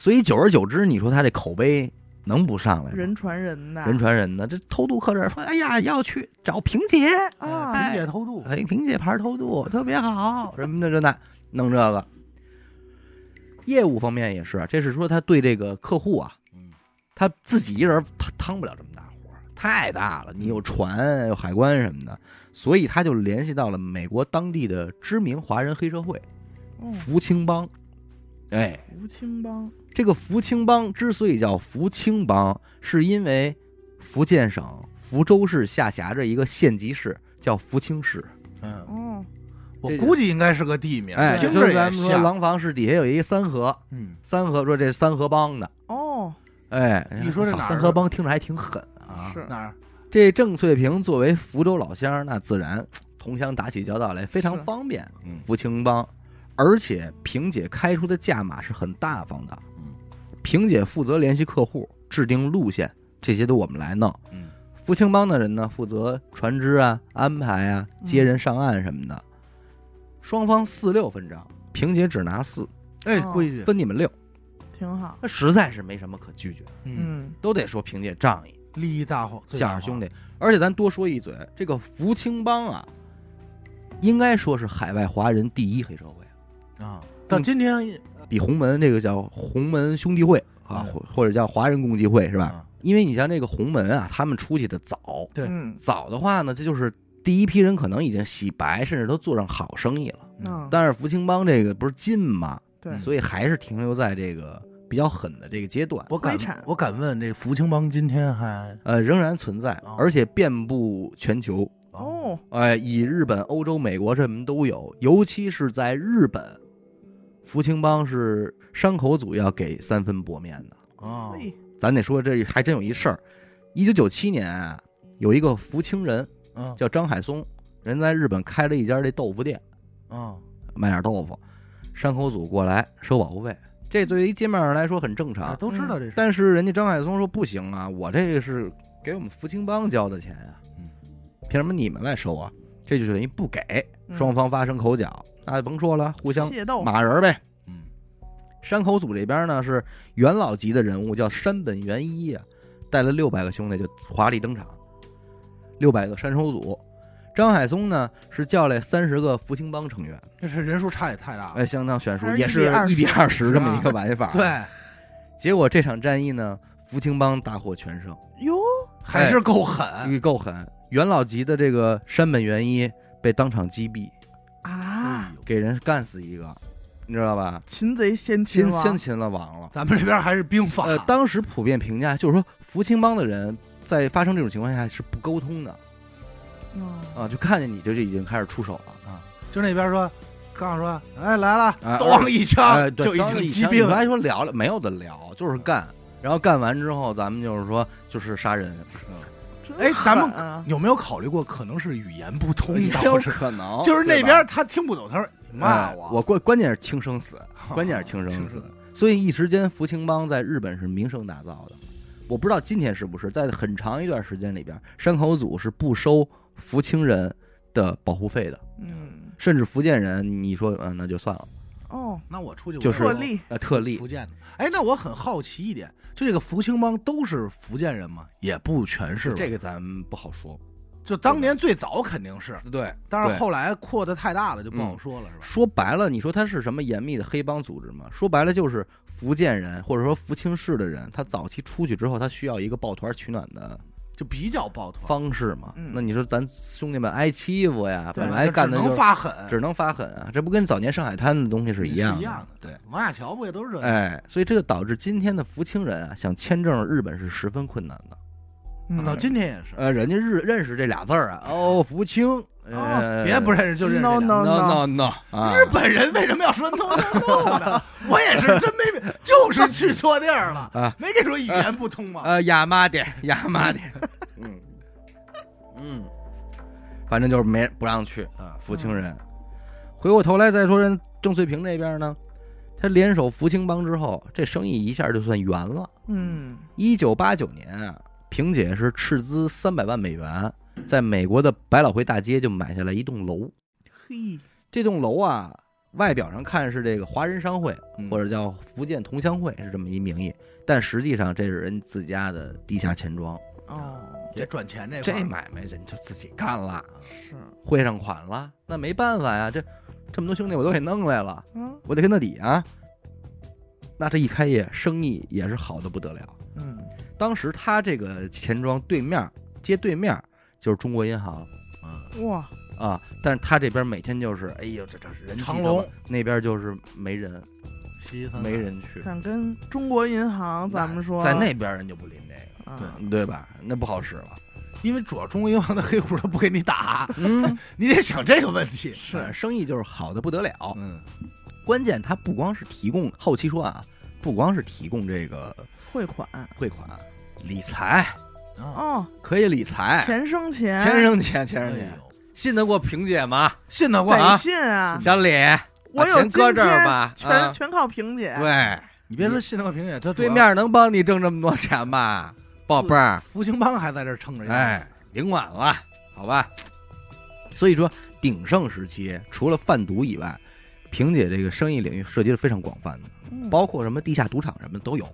Speaker 1: 所以久而久之，你说他这口碑能不上来吗？
Speaker 3: 人传人呐，
Speaker 1: 人传人呢，这偷渡客这儿说，哎呀，要去找萍姐，
Speaker 3: 啊，
Speaker 2: 萍姐偷渡，
Speaker 1: 哎，萍姐牌偷渡特别好，什么的这那弄这个。业务方面也是，啊这是说他对这个客户啊，
Speaker 2: 嗯
Speaker 1: 他自己一人他趟不了这么大活儿，太大了。你有船，有海关什么的，所以他就联系到了美国当地的知名华人黑社会
Speaker 3: 哦
Speaker 1: 福清帮。哎，
Speaker 3: 福清帮，
Speaker 1: 这个福清帮之所以叫福清帮，是因为福建省福州市下辖着一个县级市叫福清市。
Speaker 2: 嗯，
Speaker 3: 哦，
Speaker 2: 我
Speaker 1: 这个
Speaker 2: 估计应该是个地名，
Speaker 1: 哎，
Speaker 2: 听
Speaker 1: 就
Speaker 2: 着
Speaker 1: 是咱
Speaker 2: 也
Speaker 1: 们说
Speaker 2: 像。
Speaker 1: 廊坊市底下有一个三河，
Speaker 2: 嗯，
Speaker 1: 三河说这三河帮的，
Speaker 3: 哦，
Speaker 1: 哎，
Speaker 2: 你说这哪儿
Speaker 1: 三河帮听着还挺狠啊。
Speaker 2: 啊
Speaker 3: 是
Speaker 2: 哪儿？
Speaker 1: 这郑翠萍作为福州老乡，那自然同乡打起交道来非常
Speaker 3: 是
Speaker 1: 方便。
Speaker 2: 嗯
Speaker 1: 福清帮，而且萍姐开出的价码是很大方的。
Speaker 2: 嗯，
Speaker 1: 萍姐负责联系客户、制定路线，这些都我们来弄。
Speaker 2: 嗯，
Speaker 1: 福清帮的人呢，负责船只啊、安排啊、
Speaker 2: 嗯
Speaker 1: 接人上岸什么的。双方四六分账，萍姐只拿四，
Speaker 2: 哎，
Speaker 3: 哦
Speaker 2: 规矩，
Speaker 1: 分你们六，
Speaker 3: 挺好，
Speaker 1: 那实在是没什么可拒绝的，
Speaker 2: 嗯，
Speaker 3: 嗯，
Speaker 1: 都得说凭借仗义，
Speaker 2: 利益大伙，最大
Speaker 1: 相
Speaker 2: 化
Speaker 1: 是兄，弟。而且咱多说一嘴，这个福清帮啊，应该说是海外华人第一黑社会，
Speaker 2: 啊！
Speaker 1: 嗯
Speaker 2: 到今天
Speaker 1: 比洪门这个叫洪门兄弟会啊，
Speaker 2: 嗯
Speaker 1: 或或者叫华人共济会是吧？
Speaker 2: 啊
Speaker 1: 因为你像这个洪门啊，他们出去的早，
Speaker 2: 对
Speaker 3: 嗯
Speaker 1: 早的话呢，这就是第一批人可能已经洗白，甚至都做上好生意了。
Speaker 3: 嗯，
Speaker 1: 但是福清帮这个不是近
Speaker 2: 嗯
Speaker 1: 嘛，
Speaker 3: 对，
Speaker 1: 所以还是停留在这个比较狠的这个阶段，
Speaker 2: 我敢
Speaker 3: 灰产
Speaker 2: 我敢问，这福清帮今天还
Speaker 1: 呃，仍然存在
Speaker 2: 哦，
Speaker 1: 而且遍布全球。
Speaker 3: 哦，
Speaker 1: 哎，以日本、欧洲、美国这么都有，尤其是在日本，福清帮是山口组要给三分薄面的。
Speaker 2: 哦
Speaker 3: 嘿
Speaker 1: 咱得说这还真有一事儿。一九九七年啊，有一个福清人
Speaker 2: 嗯
Speaker 1: 叫张海松，人在日本开了一家这豆腐店，
Speaker 2: 嗯
Speaker 1: 卖点豆腐。山口组过来收保护费，这对于一街面上来说很正
Speaker 2: 啊，
Speaker 1: 常。
Speaker 2: 都知道这事，
Speaker 1: 嗯但是人家张海松说不行啊，我这个是给我们福清帮交的钱啊
Speaker 2: 嗯，
Speaker 1: 凭什么你们来收啊？这就等于不给，
Speaker 3: 嗯
Speaker 1: 双方发生口角，那就甭说了，互相
Speaker 3: 械斗，
Speaker 1: 骂人呗。
Speaker 2: 嗯
Speaker 1: 山口组这边呢是元老级的人物，叫山本元一啊，带了六百个兄弟就华丽登场，六百个山手组。张海松呢是叫来三十个福清帮成员，
Speaker 2: 这是人数差也太大了
Speaker 1: 哎，，相当悬殊
Speaker 3: 还，是
Speaker 1: 也是
Speaker 3: 1:20
Speaker 1: 一比二十啊这么一个玩法。
Speaker 2: 对，，
Speaker 1: 结果这场战役呢，福清帮大获全胜，
Speaker 3: 哟，
Speaker 2: 还
Speaker 1: 哎
Speaker 2: 是够狠，
Speaker 3: 啊
Speaker 1: 这够狠。元老级的这个山本元一被当场击毙，
Speaker 3: 啊，
Speaker 2: 哎呦
Speaker 1: 给人干死一个，你知道吧？
Speaker 3: 擒贼
Speaker 1: 先
Speaker 3: 先擒王
Speaker 1: 先，擒了王了。
Speaker 2: 咱们这边还是兵法
Speaker 1: 呃，，当时普遍评价就是说，福清帮的人在发生这种情况下是不沟通的
Speaker 3: 嗯
Speaker 1: 啊，就看见你就就已经开始出手了。
Speaker 2: 就那边说，刚说，哎来了，
Speaker 1: 哎
Speaker 2: 咣一
Speaker 1: 哎，
Speaker 2: 枪
Speaker 1: 对
Speaker 2: 啊就已
Speaker 1: 当时
Speaker 2: 经
Speaker 1: 以
Speaker 2: 击
Speaker 1: 前
Speaker 2: 毙
Speaker 1: 本来
Speaker 2: 了，
Speaker 1: 说聊聊没有的聊，就是干。然后干完之后，咱们就是说，就是杀人，
Speaker 3: 真
Speaker 2: 哎咱们
Speaker 3: 狠啊
Speaker 2: 有没有考虑过可能是语言不通
Speaker 1: 有
Speaker 2: 导致？
Speaker 1: 可能
Speaker 2: 就是那
Speaker 1: 哦对吧
Speaker 2: 边他听不懂，他说你骂
Speaker 1: 哎
Speaker 2: 我，
Speaker 1: 我关关键是轻生死，关键是轻
Speaker 2: 轻
Speaker 1: 生
Speaker 2: 生
Speaker 1: 死，所以一时间福清帮在日本是名声大噪的。我不知道今天是不是，在很长一段时间里边，山口组是不收福清人的保护费的，
Speaker 3: 嗯
Speaker 1: 甚至福建人，你说嗯那就算了，
Speaker 3: 哦，
Speaker 2: 那我出去我
Speaker 1: 就是
Speaker 3: 破例
Speaker 1: 呃特例
Speaker 2: 福建的。哎，那我很好奇一点，就这个福清帮都是福建人吗？也不全是吧，
Speaker 1: 这个咱们不好说。
Speaker 2: 就当年最早肯定是，
Speaker 1: 对，
Speaker 2: 但是
Speaker 1: 对
Speaker 2: 后来扩的太大了，就不好说了，是吧？
Speaker 1: 说白了，你说它是什么严密的黑帮组织吗？说白了就是福建人或者说福清市的人，他早期出去之后，他需要一个抱团取暖的
Speaker 2: 就比较抱团，
Speaker 1: 方式嘛。
Speaker 3: 嗯
Speaker 1: 那你说咱兄弟们挨欺负呀，
Speaker 3: 对
Speaker 1: 本
Speaker 2: 对
Speaker 1: 来
Speaker 2: 就
Speaker 1: 干的
Speaker 2: 只
Speaker 1: 就
Speaker 2: 能
Speaker 1: 是
Speaker 2: 发狠。
Speaker 1: 只能发狠啊，这不跟早年上海滩的东西是一样
Speaker 2: 嗯是一样
Speaker 1: 对，
Speaker 2: 王亚乔不也都是这样？
Speaker 1: 哎，所以这就导致今天的福清人啊，想签证日本是十分困难的。啊哎
Speaker 3: 嗯
Speaker 2: 到今天也是，
Speaker 1: 呃，人家日认识这俩字 儿啊，哦，福清，呃，
Speaker 2: 别不认识就认识这
Speaker 3: no
Speaker 2: 俩。
Speaker 1: ，no no
Speaker 3: no
Speaker 1: no，啊
Speaker 2: 日本人为什么要说 no no no 呢？我也是真没明，就是去错地儿了
Speaker 1: 啊，
Speaker 2: 没跟你说语言不通吗？
Speaker 1: 呃，亚麻的， 亚麻的，嗯嗯，反正就是没人不让去
Speaker 2: 啊，
Speaker 1: 福清人。回过头来再说人郑翠萍这边呢，他联手福清帮之后，这生意一下就算圆了。
Speaker 3: 嗯
Speaker 1: 一九八九年啊，萍姐是斥资三百万美元，在美国的百老汇大街就买下来一栋楼。
Speaker 3: 嘿
Speaker 1: 这栋楼啊，外表上看是这个华人商会
Speaker 2: 嗯
Speaker 1: 或者叫福建同乡会是这么一名义，但实际上这是人自家的地下钱庄。
Speaker 3: 哦
Speaker 2: 也赚钱这块
Speaker 1: 这
Speaker 2: 儿
Speaker 1: 买卖人就自己干了，
Speaker 3: 是
Speaker 1: 汇上款了，那没办法呀，这这么多兄弟我都给弄来了，
Speaker 3: 嗯
Speaker 1: 我得跟到底啊。那这一开业，生意也是好的不得了。
Speaker 3: 嗯
Speaker 1: 当时他这个钱庄对面儿街对面儿就是中国银行
Speaker 2: 嗯
Speaker 3: 哇
Speaker 1: 啊，但是他这边每天就是，哎呦，这这人气
Speaker 2: 长嗯
Speaker 1: 都
Speaker 2: 龙
Speaker 1: 那边就是没人，
Speaker 2: 稀稀散散
Speaker 1: 没人去。哎
Speaker 3: 敢跟中国银行咱们说
Speaker 1: 在那边人就不吝这个，
Speaker 3: 啊
Speaker 2: 对
Speaker 1: 对吧？那不好使了。
Speaker 2: 因为主要中国银行的黑户他不给你打，
Speaker 1: 嗯，
Speaker 2: 你得想这个问题。哎
Speaker 1: 是哎生意就是好的不得了。
Speaker 2: 嗯，
Speaker 1: 关键他不光是提供后期说啊，不光是提供这个
Speaker 3: 汇款
Speaker 1: 汇款、理财，
Speaker 2: 啊，
Speaker 3: 哦
Speaker 1: 可以理财，
Speaker 3: 钱生钱
Speaker 1: 钱生钱，钱
Speaker 2: 哎
Speaker 1: 生钱，
Speaker 2: 呦
Speaker 1: 信得过萍姐吗？
Speaker 2: 信得过
Speaker 3: 得
Speaker 2: 啊！
Speaker 3: 信啊
Speaker 1: 小李，
Speaker 3: 我
Speaker 1: 把
Speaker 3: 有
Speaker 1: 钱
Speaker 3: 今
Speaker 1: 搁这儿
Speaker 3: 天
Speaker 1: 吧，
Speaker 3: 全
Speaker 1: 啊
Speaker 3: 全靠萍姐
Speaker 1: 对。
Speaker 2: 你别说信得过平姐，他主
Speaker 1: 对
Speaker 2: 要
Speaker 1: 面能帮你挣这么多钱吧，宝贝儿？
Speaker 2: 福清帮还在这儿撑着腰。
Speaker 1: 哎，甭管了，好吧。所以说，鼎盛时期除了贩毒以外，萍姐这个生意领域涉及是非常广泛的，
Speaker 3: 嗯
Speaker 1: 包括什么地下赌场什么都有。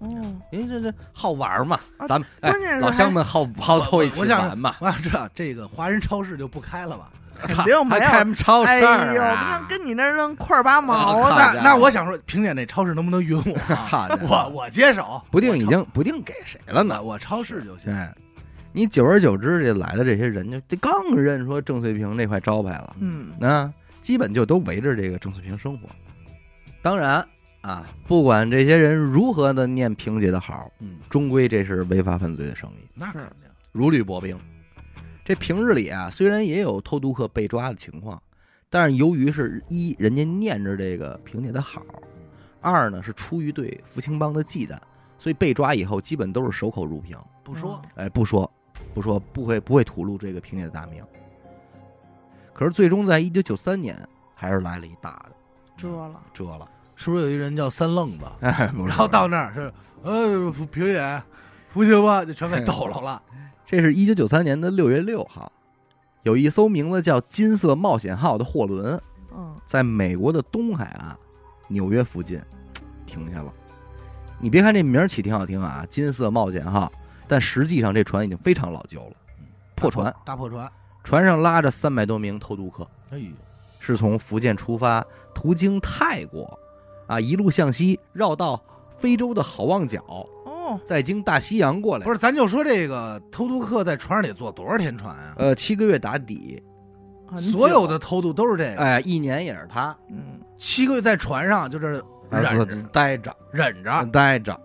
Speaker 3: 哦
Speaker 1: 因为这这好玩嘛
Speaker 3: 啊，
Speaker 1: 咱们哎
Speaker 3: 关键是
Speaker 1: 老乡们好好
Speaker 2: 我
Speaker 1: 凑一
Speaker 2: 我
Speaker 1: 起
Speaker 2: 想
Speaker 1: 玩嘛。
Speaker 2: 我想知道这个华人超市就不开了吧？
Speaker 3: 肯定没
Speaker 1: 还
Speaker 3: 有。
Speaker 1: 开什么超
Speaker 3: 哎
Speaker 1: 市
Speaker 3: 呦，
Speaker 1: 儿
Speaker 3: 那
Speaker 1: 啊？
Speaker 3: 跟你那儿扔块儿八毛
Speaker 1: 啊
Speaker 3: 的，
Speaker 1: 好
Speaker 2: 那
Speaker 1: 家伙
Speaker 2: 那我想说，萍姐那超市能不能允我啊？
Speaker 1: 好家伙
Speaker 2: 我我接手，
Speaker 1: 不定已
Speaker 2: 我
Speaker 1: 经不定给谁了
Speaker 2: 超
Speaker 1: 呢。
Speaker 2: 我超市就行。
Speaker 1: 哎，你久而久之，这来的这些人就就更认说郑翠萍这块招牌了，
Speaker 3: 嗯，
Speaker 1: 那基本就都围着这个郑翠萍生活。当然啊，不管这些人如何的念萍姐的好，
Speaker 2: 嗯，
Speaker 1: 终归这是违法犯罪的生意，
Speaker 2: 那
Speaker 3: 是
Speaker 2: 肯定。
Speaker 1: 如履薄冰。这平日里啊，虽然也有偷渡客被抓的情况，但是由于是一人家念着这个萍姐的好，二呢是出于对福清帮的忌惮，所以被抓以后基本都是守口如瓶。
Speaker 2: 不说，
Speaker 1: 哎，不说，不说，不会不会吐露这个萍姐的大名。可是最终在一九九三年，还是来了一大的
Speaker 3: 遮嗯了，
Speaker 1: 折了。
Speaker 2: 是不是有一人叫三愣子？
Speaker 1: 哎，不
Speaker 2: 然
Speaker 1: 是
Speaker 2: 后到那儿是，呃，萍姐，不行吧，就全给抖搂了。
Speaker 1: 这是一九九三年的六月六号，有一艘名字叫“金色冒险号”的货轮
Speaker 3: 嗯，
Speaker 1: 在美国的东海岸、纽约附近停下了。你别看这名儿起挺好听啊，“金色冒险号”，但实际上这船已经非常老旧了，嗯破船，
Speaker 2: 大破船。
Speaker 1: 船上拉着三百多名偷渡客。
Speaker 2: 哎呦，
Speaker 1: 是从福建出发，途经泰国，啊，一路向西绕到非洲的好望角，
Speaker 3: 哦，
Speaker 1: 再经大西洋过来。
Speaker 2: 不
Speaker 1: 是，
Speaker 2: 是，咱就说这个偷渡客在船上得坐多少天船啊？
Speaker 1: 呃，七个月打底，
Speaker 3: 很久
Speaker 2: 所有，的偷渡都是这个，
Speaker 1: 哎、一年也是他，呃
Speaker 3: 嗯，
Speaker 2: 七个月在船上就是
Speaker 1: 啊
Speaker 2: 忍着
Speaker 1: 待着，
Speaker 2: 忍着
Speaker 1: 待着，待。着。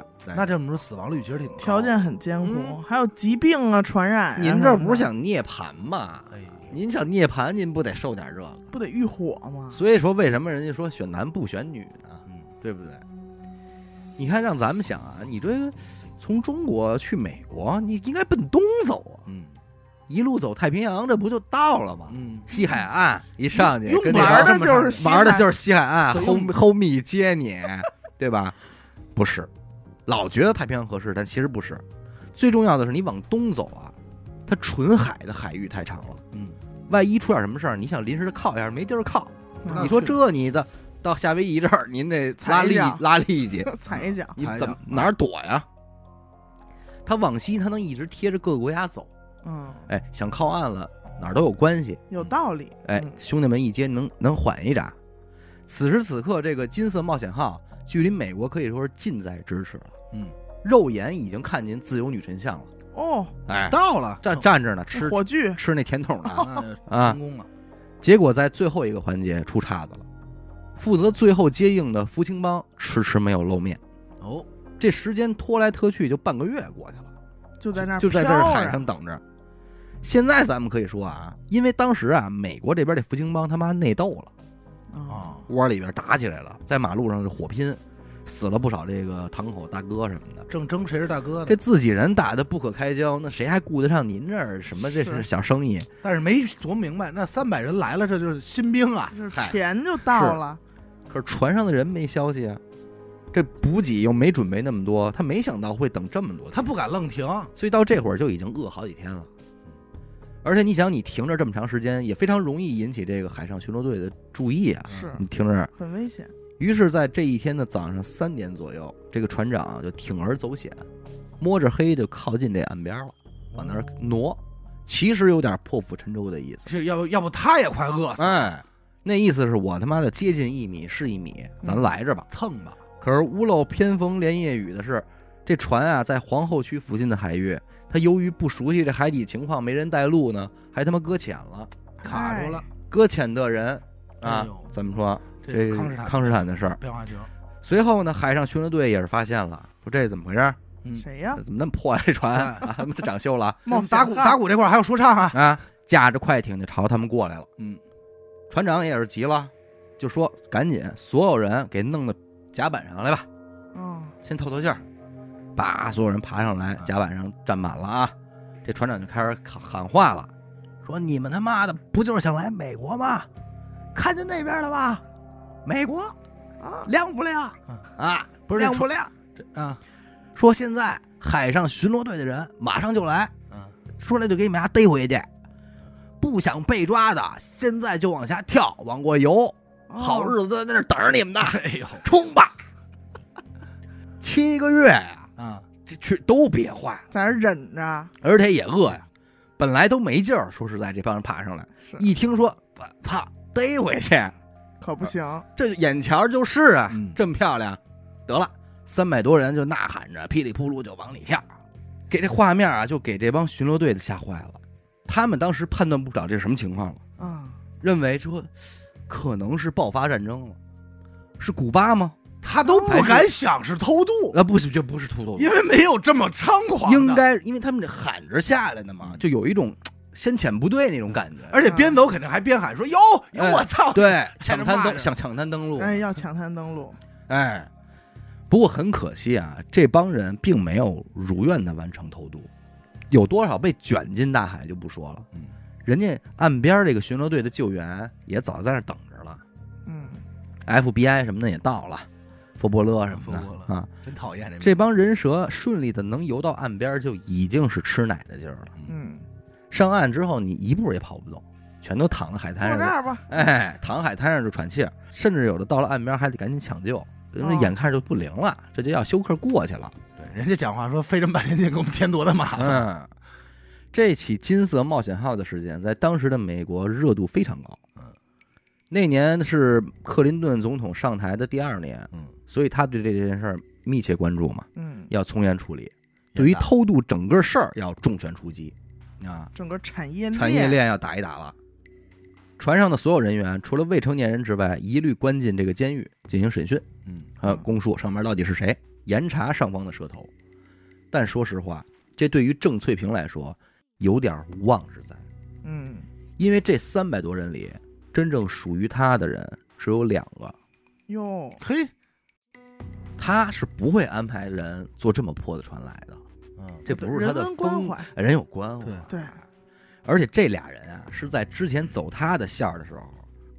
Speaker 1: 待
Speaker 2: 那
Speaker 1: 着
Speaker 2: 这么说死亡率其实挺高的
Speaker 3: 条，件很艰苦，
Speaker 1: 嗯
Speaker 3: 还有疾病啊、传染啊什么的。
Speaker 1: 您这不是想涅槃吗？
Speaker 2: 哎呦，
Speaker 1: 您想涅槃，您不得受点这个？
Speaker 3: 不得遇火吗？
Speaker 1: 所以说，为什么人家说选男不选女呢？
Speaker 2: 嗯，
Speaker 1: 对不对？你看，让咱们想啊，你这个从中国去美国，你应该奔东走啊。
Speaker 2: 嗯
Speaker 1: 一路走太平洋，这不就到了吗？
Speaker 2: 嗯，
Speaker 1: 西海岸一上去，
Speaker 2: 用
Speaker 1: 跟
Speaker 2: 不
Speaker 1: 那
Speaker 3: 玩
Speaker 1: 帮
Speaker 3: 的就是西海
Speaker 1: 玩的就是西海岸
Speaker 2: 对用
Speaker 1: ，home home 接你，对吧？不是，老觉得太平洋合适，但其实不是。最重要的是，你往东走啊，它纯海的海域太长了，
Speaker 2: 嗯，
Speaker 1: 万一出点什么事儿，你想临时的靠一下，没地儿靠。
Speaker 3: 嗯
Speaker 2: 不知道
Speaker 1: 你说
Speaker 2: 去
Speaker 1: 这你的到夏威夷这儿，您得拉
Speaker 3: 踩一
Speaker 1: 力
Speaker 3: 脚
Speaker 1: 拉力气，
Speaker 3: 踩一脚，
Speaker 1: 你
Speaker 2: 踩一
Speaker 1: 怎
Speaker 2: 脚
Speaker 1: 么哪儿躲呀？它往西，它能一直贴着各个国家走。
Speaker 3: 嗯，
Speaker 1: 哎，想靠岸了，哪儿都有关系。
Speaker 3: 有道理。
Speaker 1: 哎
Speaker 3: 嗯，
Speaker 1: 兄弟们一接能能缓一闸。此时此刻，这个金色冒险号距离美国可以说是近在咫尺了。
Speaker 2: 嗯，
Speaker 1: 肉眼已经看见自由女神像了。
Speaker 3: 哦，
Speaker 1: 哎，
Speaker 2: 到了，
Speaker 1: 站站着呢，吃
Speaker 3: 火炬，
Speaker 1: 吃那甜筒呢。
Speaker 2: 啊，
Speaker 1: 啊
Speaker 2: 成功了，
Speaker 1: 结果在最后一个环节出岔子了，负责最后接应的福清帮迟迟没有露面。
Speaker 2: 哦，
Speaker 1: 这时间拖来拖去，就半个月过去了。
Speaker 3: 就在那儿
Speaker 1: 就在这
Speaker 3: 飘
Speaker 1: 儿
Speaker 3: 着
Speaker 1: 海上等着。现在咱们可以说啊，因为当时啊，美国这边这福清帮他妈内斗了，
Speaker 3: 啊，
Speaker 2: 啊，
Speaker 1: 窝里边打起来了，在马路上就火拼，死了不少这个堂口大哥什么
Speaker 3: 嗯
Speaker 1: 的。
Speaker 2: 正争谁是大哥
Speaker 1: 这
Speaker 2: 呢？
Speaker 1: 自己人打的不可开交，那谁还顾得上您这儿什么这
Speaker 3: 是
Speaker 1: 是小生意？
Speaker 2: 但是没琢磨明白，那三百人来了，这就是新兵啊，
Speaker 3: 就是
Speaker 1: 嗨
Speaker 3: 钱就到了，
Speaker 1: 可是船上的人没消息啊，这补给又没准备那么多，他没想到会等这么多天，
Speaker 2: 他不敢愣停，
Speaker 1: 所以到这会儿就已经饿好几天了。而且你想，你停着这么长时间，也非常容易引起这个海上巡逻队的注意啊。
Speaker 3: 是
Speaker 1: 你停这儿，
Speaker 3: 很危险。
Speaker 1: 于是，在这一天的早上三点左右，这个船长啊就铤而走险，摸着黑就靠近这岸边了，往那儿挪，其实有点破釜沉舟的意思。
Speaker 2: 是要不要不他也快饿死，
Speaker 1: 哎，那意思是我他妈的接近一米是一米，咱来着吧。
Speaker 2: 蹭吧，
Speaker 1: 可是屋漏偏逢连夜雨的是，这船啊在皇后区附近的海域，它由于不熟悉这海底情况，没人带路呢，还他妈搁浅了。
Speaker 2: 卡住了，
Speaker 1: 搁浅的人
Speaker 2: 哎
Speaker 1: 啊
Speaker 2: 呦，
Speaker 1: 怎么说？这
Speaker 2: 这康斯坦
Speaker 1: 康斯坦的事儿。
Speaker 2: 变化球，
Speaker 1: 随后呢，海上巡逻队也是发现了，说这怎么回事儿？
Speaker 2: 嗯
Speaker 3: 谁呀？
Speaker 1: 怎么那么破呀、这船啊， 他们长锈 了
Speaker 3: 冒险
Speaker 2: 哎打
Speaker 3: 啊
Speaker 2: 鼓
Speaker 3: 汉
Speaker 2: 打鼓这块儿还有说唱啊，
Speaker 1: 啊！驾着快艇就朝他们过来了。
Speaker 2: 嗯，
Speaker 1: 船长也是急了，就说赶紧所有人给弄到甲板上来吧，
Speaker 3: 嗯，
Speaker 1: 先透透气儿。把所有人爬上来，甲板上站满了啊！这船长就开始喊喊话了，说：“你们他妈的不就是想来美国吗？看见那边了吧？美国
Speaker 3: 啊
Speaker 1: 亮不亮啊？
Speaker 2: 不是这
Speaker 1: 亮不亮？
Speaker 2: 这啊，
Speaker 1: 说现在海上巡逻队的人马上就来，
Speaker 2: 嗯，
Speaker 1: 说来就给你们家逮回去。不想被抓的，现在就往下跳，往过游，
Speaker 3: 哦
Speaker 1: 好日子在那儿等着你们呢。 哎呦，冲吧！七个月呀，嗯
Speaker 2: 啊，
Speaker 1: 这去都憋坏了，
Speaker 3: 在那儿忍着，
Speaker 1: 而且也饿呀。本来都没劲儿，说实在，这帮人爬上来，
Speaker 3: 是
Speaker 1: 一听说，我操，逮回去，
Speaker 3: 可
Speaker 1: 啊
Speaker 3: 不行，
Speaker 1: 这眼瞧就是啊，
Speaker 2: 嗯
Speaker 1: 这么漂亮，得了，三百多人就呐喊着噼里扑噜就往里跳，给这画面啊，就给这帮巡逻队的吓坏了。他们当时判断不了这是什么情况了，
Speaker 3: 嗯，
Speaker 1: 认为说可能是爆发战争了，是古巴吗？
Speaker 2: 他都
Speaker 1: 还
Speaker 2: 不
Speaker 1: 是
Speaker 2: 敢想是呃偷渡，
Speaker 1: 啊，不是，这不是秃头，
Speaker 2: 因为没有这么猖狂的，嗯
Speaker 1: 应该因为他们这喊着下来的嘛，就有一种嘖先遣部队那种感觉。
Speaker 2: 而且边走肯定还边喊说有有
Speaker 1: 哎
Speaker 2: 我操，
Speaker 1: 对，
Speaker 2: 在
Speaker 1: 抢
Speaker 2: 这
Speaker 1: 滩
Speaker 2: 骂
Speaker 1: 登
Speaker 2: 着
Speaker 1: 想抢滩登陆，
Speaker 3: 哎，要抢滩登陆，
Speaker 1: 哎，不过很可惜啊，这帮人并没有如愿的完成偷渡，有多少被卷进大海就不说了
Speaker 2: 嗯，
Speaker 1: 人家岸边这个巡逻队的救援也早在那儿等着了
Speaker 3: 嗯，
Speaker 1: ，FBI 什么的也到了，佛伯勒什么
Speaker 2: 佛伯
Speaker 1: 的
Speaker 2: 勒
Speaker 1: 啊，
Speaker 2: 真讨厌这
Speaker 1: 这帮人蛇顺利的能游到岸边就已经是吃奶的劲儿了。
Speaker 3: 嗯，
Speaker 1: 上岸之后你一步也跑不动，全都躺在海
Speaker 3: 坐
Speaker 1: 滩
Speaker 3: 这
Speaker 1: 上，
Speaker 3: 儿吧，
Speaker 1: 哎，躺海滩上就喘气儿，甚至有的到了岸边还得赶紧抢救，那
Speaker 3: 哦
Speaker 1: 眼看着就不灵了，这就要休克过去了。
Speaker 2: 对人家讲话说费这么半天劲给我们添多大麻烦，
Speaker 1: 嗯，这起金色冒险号的事件在当时的美国热度非常高。
Speaker 2: 嗯，
Speaker 1: 那年是克林顿总统上台的第二年，
Speaker 2: 嗯，
Speaker 1: 所以他对这件事儿密切关注嘛，
Speaker 3: 嗯，
Speaker 1: 要从严处理。对于偷渡整个事儿要重拳出击啊，
Speaker 3: 整个产业
Speaker 1: 产业链要打一打了。船上的所有人员除了未成年人之外，一律关进这个监狱进行审讯。
Speaker 2: 嗯
Speaker 1: 呃，供述上面到底是谁，严查上方的蛇头。但说实话，这对于郑翠萍来说有点无妄之灾，
Speaker 3: 嗯，
Speaker 1: 因为这三百多人里，真正属于她的人只有两个，
Speaker 3: 哟，
Speaker 2: 嘿，
Speaker 1: 她是不会安排人坐这么破的船来的，
Speaker 2: 嗯
Speaker 1: 这不是她
Speaker 3: 人
Speaker 1: 的
Speaker 3: 文关
Speaker 1: 风，
Speaker 3: 怀，
Speaker 1: 哎人有关怀
Speaker 2: 对。
Speaker 3: 对，
Speaker 1: 而且这俩人啊，是在之前走她的线儿的时候，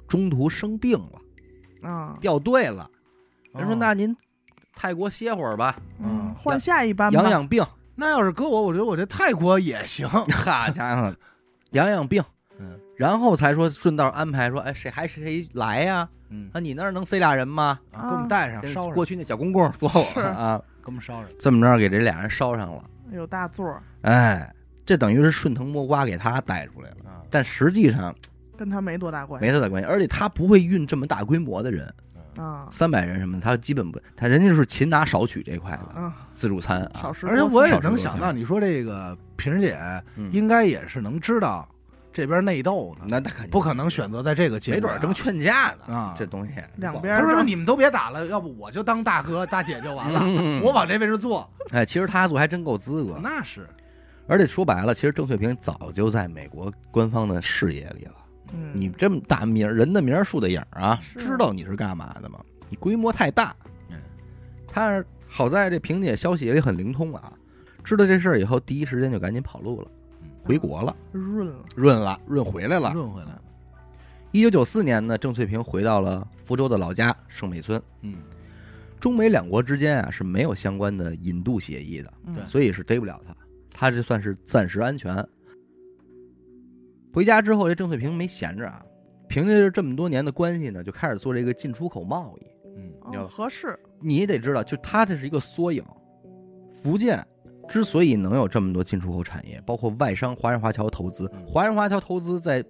Speaker 1: 中途生病了，
Speaker 3: 啊，
Speaker 1: 掉队了。人说：“
Speaker 2: 哦
Speaker 1: 那您泰国歇会儿吧，
Speaker 3: 嗯，
Speaker 2: 嗯
Speaker 3: 换下一班吧，
Speaker 1: 养养病。”
Speaker 2: 那要是搁我，我觉得我这泰国也行，
Speaker 1: 好家伙，养养病，
Speaker 2: 嗯
Speaker 1: 然后才说顺道安排说，哎，谁还谁来呀、
Speaker 2: 嗯
Speaker 1: 啊？，你那儿能塞俩人吗？
Speaker 2: 啊给我们带上烧上，
Speaker 1: 过去那小公公坐
Speaker 3: 是
Speaker 1: 我啊，
Speaker 2: 给我们烧上，
Speaker 1: 这么着给这俩人捎上了。
Speaker 3: 有大座儿，
Speaker 1: 哎，这等于是顺藤摸瓜给他带出来了，
Speaker 2: 啊，
Speaker 1: 但实际上
Speaker 3: 跟他没多大关
Speaker 1: 没
Speaker 3: 系
Speaker 1: 太大关系，而且他不会运这么大规模的人，
Speaker 3: 啊
Speaker 1: 三百人什么的，他基本不，他人家是勤拿少取这块的
Speaker 3: 啊，
Speaker 1: 自助餐啊，
Speaker 3: 少食多
Speaker 2: 而且
Speaker 3: 餐，
Speaker 2: 我也能想到，你说这个萍儿姐
Speaker 1: 嗯
Speaker 2: 应该也是能知道这边内斗呢，
Speaker 1: 那他肯定
Speaker 2: 不可能选，择在这个阶
Speaker 1: 没准
Speaker 2: 段
Speaker 1: 儿
Speaker 2: 啊，
Speaker 1: 正劝架呢
Speaker 2: 啊
Speaker 1: 这东西
Speaker 3: 两边
Speaker 2: 他
Speaker 3: 儿
Speaker 2: 说说你们都别打了，要不我就当大哥大姐就完了，
Speaker 1: 嗯
Speaker 2: 我往这位置坐，
Speaker 1: 哎，其实他做还真够资格，
Speaker 2: 那是
Speaker 1: 而且说白了，其实郑翠萍早就在美国官方的视野里了。
Speaker 3: 嗯
Speaker 1: 你这么大名儿，人的名儿树的影儿啊，
Speaker 3: 是
Speaker 1: 知道你是干嘛的吗？你规模太大。
Speaker 2: 嗯，
Speaker 1: 但是好在这萍姐消息也很灵通啊，知道这事儿以后，第一时间就赶紧跑路了
Speaker 2: 嗯，
Speaker 1: 回国了，
Speaker 3: 润了，
Speaker 1: 润了，润回来了。
Speaker 2: 润回来了，
Speaker 1: 一九九四年呢，郑翠萍回到了福州的老家圣美村。
Speaker 2: 嗯，
Speaker 1: 中美两国之间啊是没有相关的引渡协议的，
Speaker 3: 嗯
Speaker 2: 对
Speaker 1: 所以是逮不了他，他这算是暂时安全。回家之后，这郑翠萍没闲着啊，凭借着这么多年的关系呢，就开始做这个进出口贸易。
Speaker 2: 嗯
Speaker 3: 哦
Speaker 1: 要
Speaker 3: 合适，
Speaker 1: 你也得知道，就它这是一个缩影。福建之所以能有这么多进出口产业，包括外商华人华侨投资
Speaker 2: 嗯，
Speaker 1: 华人华侨投资在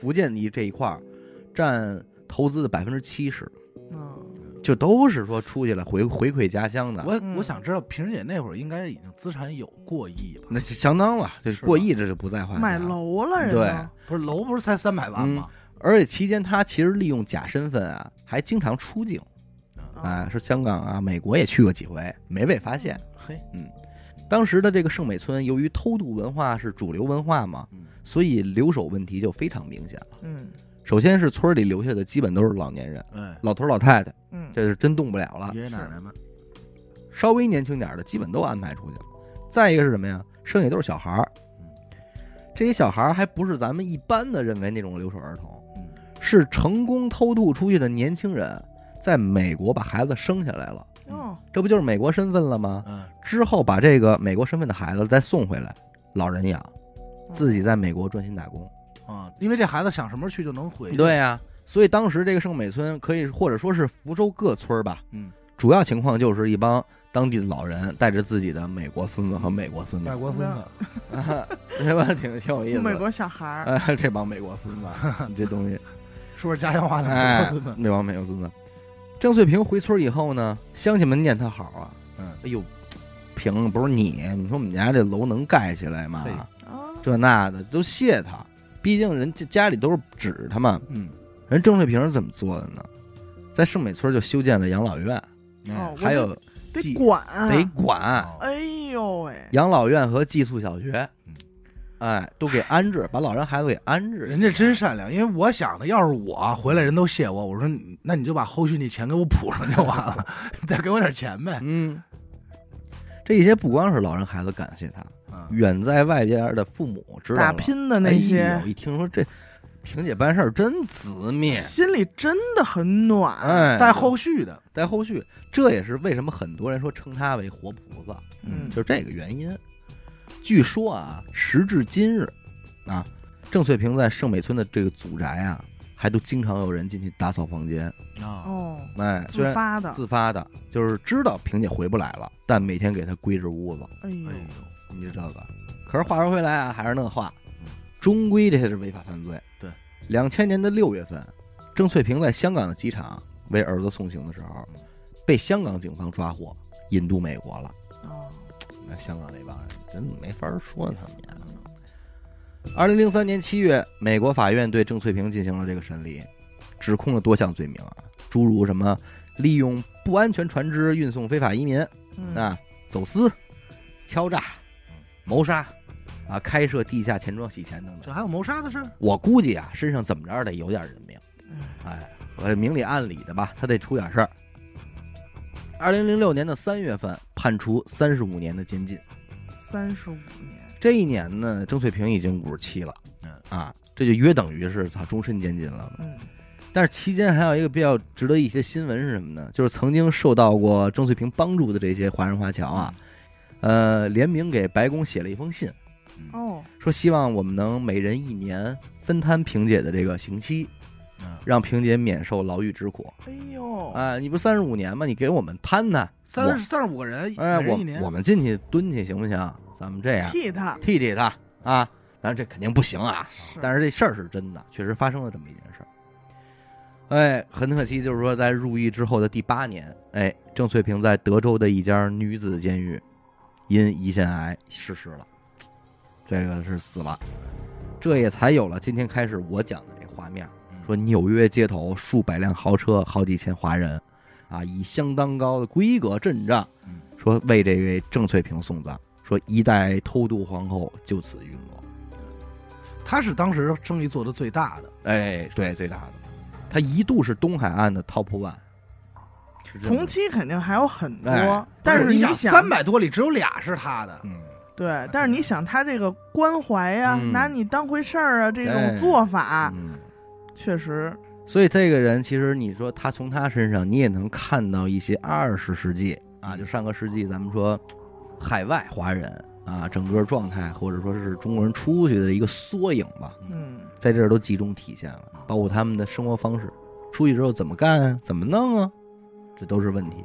Speaker 1: 福建一这一块儿占投资的百分之七十，
Speaker 3: 嗯，
Speaker 1: 就都是说出去了回回馈家乡的。
Speaker 2: 我
Speaker 3: 嗯
Speaker 2: 我想知道萍儿姐那会儿应该已经资产有过亿吧？
Speaker 1: 那就相当了，这
Speaker 2: 是
Speaker 1: 过
Speaker 2: 吧
Speaker 1: 亿这就不在话下。
Speaker 3: 买，楼了人
Speaker 1: 对
Speaker 3: 都，啊
Speaker 2: 不是楼不是才三百万吗？
Speaker 1: 而且期间他其实利用假身份啊，还经常出境，
Speaker 2: 啊
Speaker 1: 啊，说香港啊、美国也去过几回，没被发现。
Speaker 2: 嘿，
Speaker 1: 当时的这个圣美村，由于偷渡文化是主流文化嘛，
Speaker 2: 嗯
Speaker 1: 所以留守问题就非常明显了。
Speaker 3: 嗯
Speaker 1: 首先是村里留下的基本都是老年人，
Speaker 2: 哎，
Speaker 1: 老头儿老太太，
Speaker 3: 嗯，
Speaker 1: 这是真动不了了。
Speaker 2: 爷爷奶奶们，
Speaker 1: 稍微年轻点儿的，基本都安排出去了。再一个是什么呀？剩下都是小孩儿
Speaker 2: 嗯，
Speaker 1: 这些小孩儿还不是咱们一般的认为那种留守儿童，
Speaker 2: 嗯
Speaker 1: 是成功偷渡出去的年轻人，在美国把孩子生下来了，
Speaker 3: 哦，
Speaker 1: 这不就是美国身份了吗？
Speaker 2: 嗯
Speaker 1: 之后把这个美国身份的孩子再送回来，老人养，自己在美国专心打工。
Speaker 2: 啊，因为这孩子想什么时候去就能回去，
Speaker 1: 对呀、啊所以当时这个圣美村可以或者说是福州各村儿吧，
Speaker 2: 嗯，
Speaker 1: 主要情况就是一帮当地的老人带着自己的美国孙子和美国孙女
Speaker 2: 外，国孙子，
Speaker 1: 是吧？挺挺 有意思
Speaker 3: 嗯美
Speaker 1: 的。
Speaker 3: 国小孩儿，
Speaker 1: 哎，这帮美国孙 子，你这东西，
Speaker 2: 是不是家乡话的外
Speaker 1: 哎
Speaker 2: 国孙子？，
Speaker 1: 这帮美国孙子。郑翠萍回村以后呢，乡亲们念她好啊，
Speaker 2: 嗯，
Speaker 1: 哎呦，萍不是你，你说我们家这楼能盖起来吗
Speaker 2: 嘿？
Speaker 3: 啊，
Speaker 1: 呃这那的都谢他，毕竟人家家里都是指他嘛。
Speaker 2: 嗯，
Speaker 1: 人郑翠萍是怎么做的呢？在圣美村就修建了养老院，
Speaker 3: 哦
Speaker 2: 哎，
Speaker 1: 还有
Speaker 3: 得
Speaker 1: 记
Speaker 3: 管，啊
Speaker 1: 得管
Speaker 2: 哦
Speaker 3: 哎呦喂，
Speaker 1: 养老院和寄宿小学
Speaker 2: 嗯，
Speaker 1: 哎，都给安置，把老人孩子给安置。
Speaker 2: 人家真善良，因为我想的，要是我回来，人都谢我，我说你那你就把后续那钱给我补上就完了， 你再给我点钱呗。
Speaker 1: 嗯，这一些不光是老人孩子感谢他，
Speaker 2: 嗯，
Speaker 1: 远在外边的父母知道了
Speaker 3: 打拼的那
Speaker 1: 哎
Speaker 3: 些
Speaker 1: 呦，一听说这萍姐办事儿真直面，
Speaker 3: 心里真的很暖，
Speaker 1: 哎，
Speaker 2: 带后续的，
Speaker 1: 带后续，这也是为什么很多人说称她为活菩萨，
Speaker 3: 嗯
Speaker 1: 就是这个原因。据说啊，时至今日，啊，郑翠萍在圣美村的这个祖宅啊，还都经常有人进去打扫房间，
Speaker 2: 啊，
Speaker 3: 哦，
Speaker 1: 哎，虽
Speaker 3: 自
Speaker 1: 然
Speaker 3: 发的，
Speaker 1: 自发的，就是知道萍姐回不来了，但每天给她归置屋子，
Speaker 3: 哎呦
Speaker 2: 哎，呦，
Speaker 1: 你知道吧？可是话说回来啊，还是那话
Speaker 2: 嗯，
Speaker 1: 终归这是违法犯罪。
Speaker 2: 对，
Speaker 1: 两千年的六月份，郑翠萍在香港的机场为儿子送行的时候，被香港警方抓获，引渡美国了。
Speaker 3: 哦
Speaker 1: 那香港那帮人真没法说他们呀。二零零三年七月，美国法院对郑翠萍进行了这个审理，指控了多项罪名啊，诸如什么利用不安全船只运送非法移民、
Speaker 3: 嗯
Speaker 1: 啊、走私、敲诈、谋杀啊、开设地下钱庄洗钱等
Speaker 2: 这
Speaker 1: 等。
Speaker 2: 还有谋杀的事儿？
Speaker 1: 我估计啊，身上怎么着得有点人命。
Speaker 3: 哎
Speaker 1: 哎，我这明里暗里的吧，他得出点事儿。二零零六年的三月份，判处三十五年的监禁。
Speaker 3: 三十五年，
Speaker 1: 这一年呢，郑翠萍已经五十七了，
Speaker 2: 嗯
Speaker 1: 啊，这就约等于是操终身监禁了。
Speaker 3: 嗯，
Speaker 1: 但是期间还有一个比较值得一提的新闻是什么呢？就是曾经受到过郑翠萍帮助的这些华人华侨啊，
Speaker 2: 嗯
Speaker 1: 呃，联名给白宫写了一封信，
Speaker 3: 哦，
Speaker 1: 说希望我们能每人一年分摊萍姐的这个刑期，
Speaker 2: 嗯，哦
Speaker 1: 让萍姐免受牢狱之苦。
Speaker 3: 哎呦，
Speaker 1: 啊、你不三十五年吗？你给我们摊摊
Speaker 2: 三十三十五个人，
Speaker 1: 我哎，
Speaker 2: 每人一年
Speaker 1: 我我们进去蹲去行不行？咱们这样
Speaker 3: 替他
Speaker 1: 替替他啊，当然这肯定不行啊，
Speaker 3: 是，
Speaker 1: 但是这事儿是真的，确实发生了这么一件事儿。哎，很可惜，就是说在入狱之后的第八年，哎，郑翠萍在德州的一家女子监狱因胰腺癌逝世了，这个是死了。这也才有了今天开始我讲的这画面，说纽约街头数百辆豪车，好几千华人，啊，以相当高的规格阵仗
Speaker 2: 嗯，
Speaker 1: 说为这位郑翠萍送葬，说一代偷渡皇后就此陨落。
Speaker 2: 他是当时生意做的最大的，
Speaker 1: 哎，对，最大的，它一度是东海岸的 top one，是真的
Speaker 3: 同期肯定还有很
Speaker 1: 哎
Speaker 3: 多，但
Speaker 2: 不
Speaker 3: 是
Speaker 2: 你
Speaker 3: 想
Speaker 2: 三百多里只有俩是他的，
Speaker 1: 嗯，
Speaker 3: 对，但是你想他这个关怀呀，
Speaker 1: 嗯
Speaker 3: 拿你当回事儿啊，这
Speaker 1: 哎
Speaker 3: 种做法，
Speaker 1: 嗯
Speaker 3: 确实，
Speaker 1: 所以这个人其实你说他从他身上，你也能看到一些二十世纪啊，就上个世纪咱们说海外华人啊，整个状态或者说是中国人出去的一个缩影吧，
Speaker 3: 嗯，
Speaker 1: 在这儿都集中体现了，包括他们的生活方式，出去之后怎么干啊，怎么弄啊，这都是问题。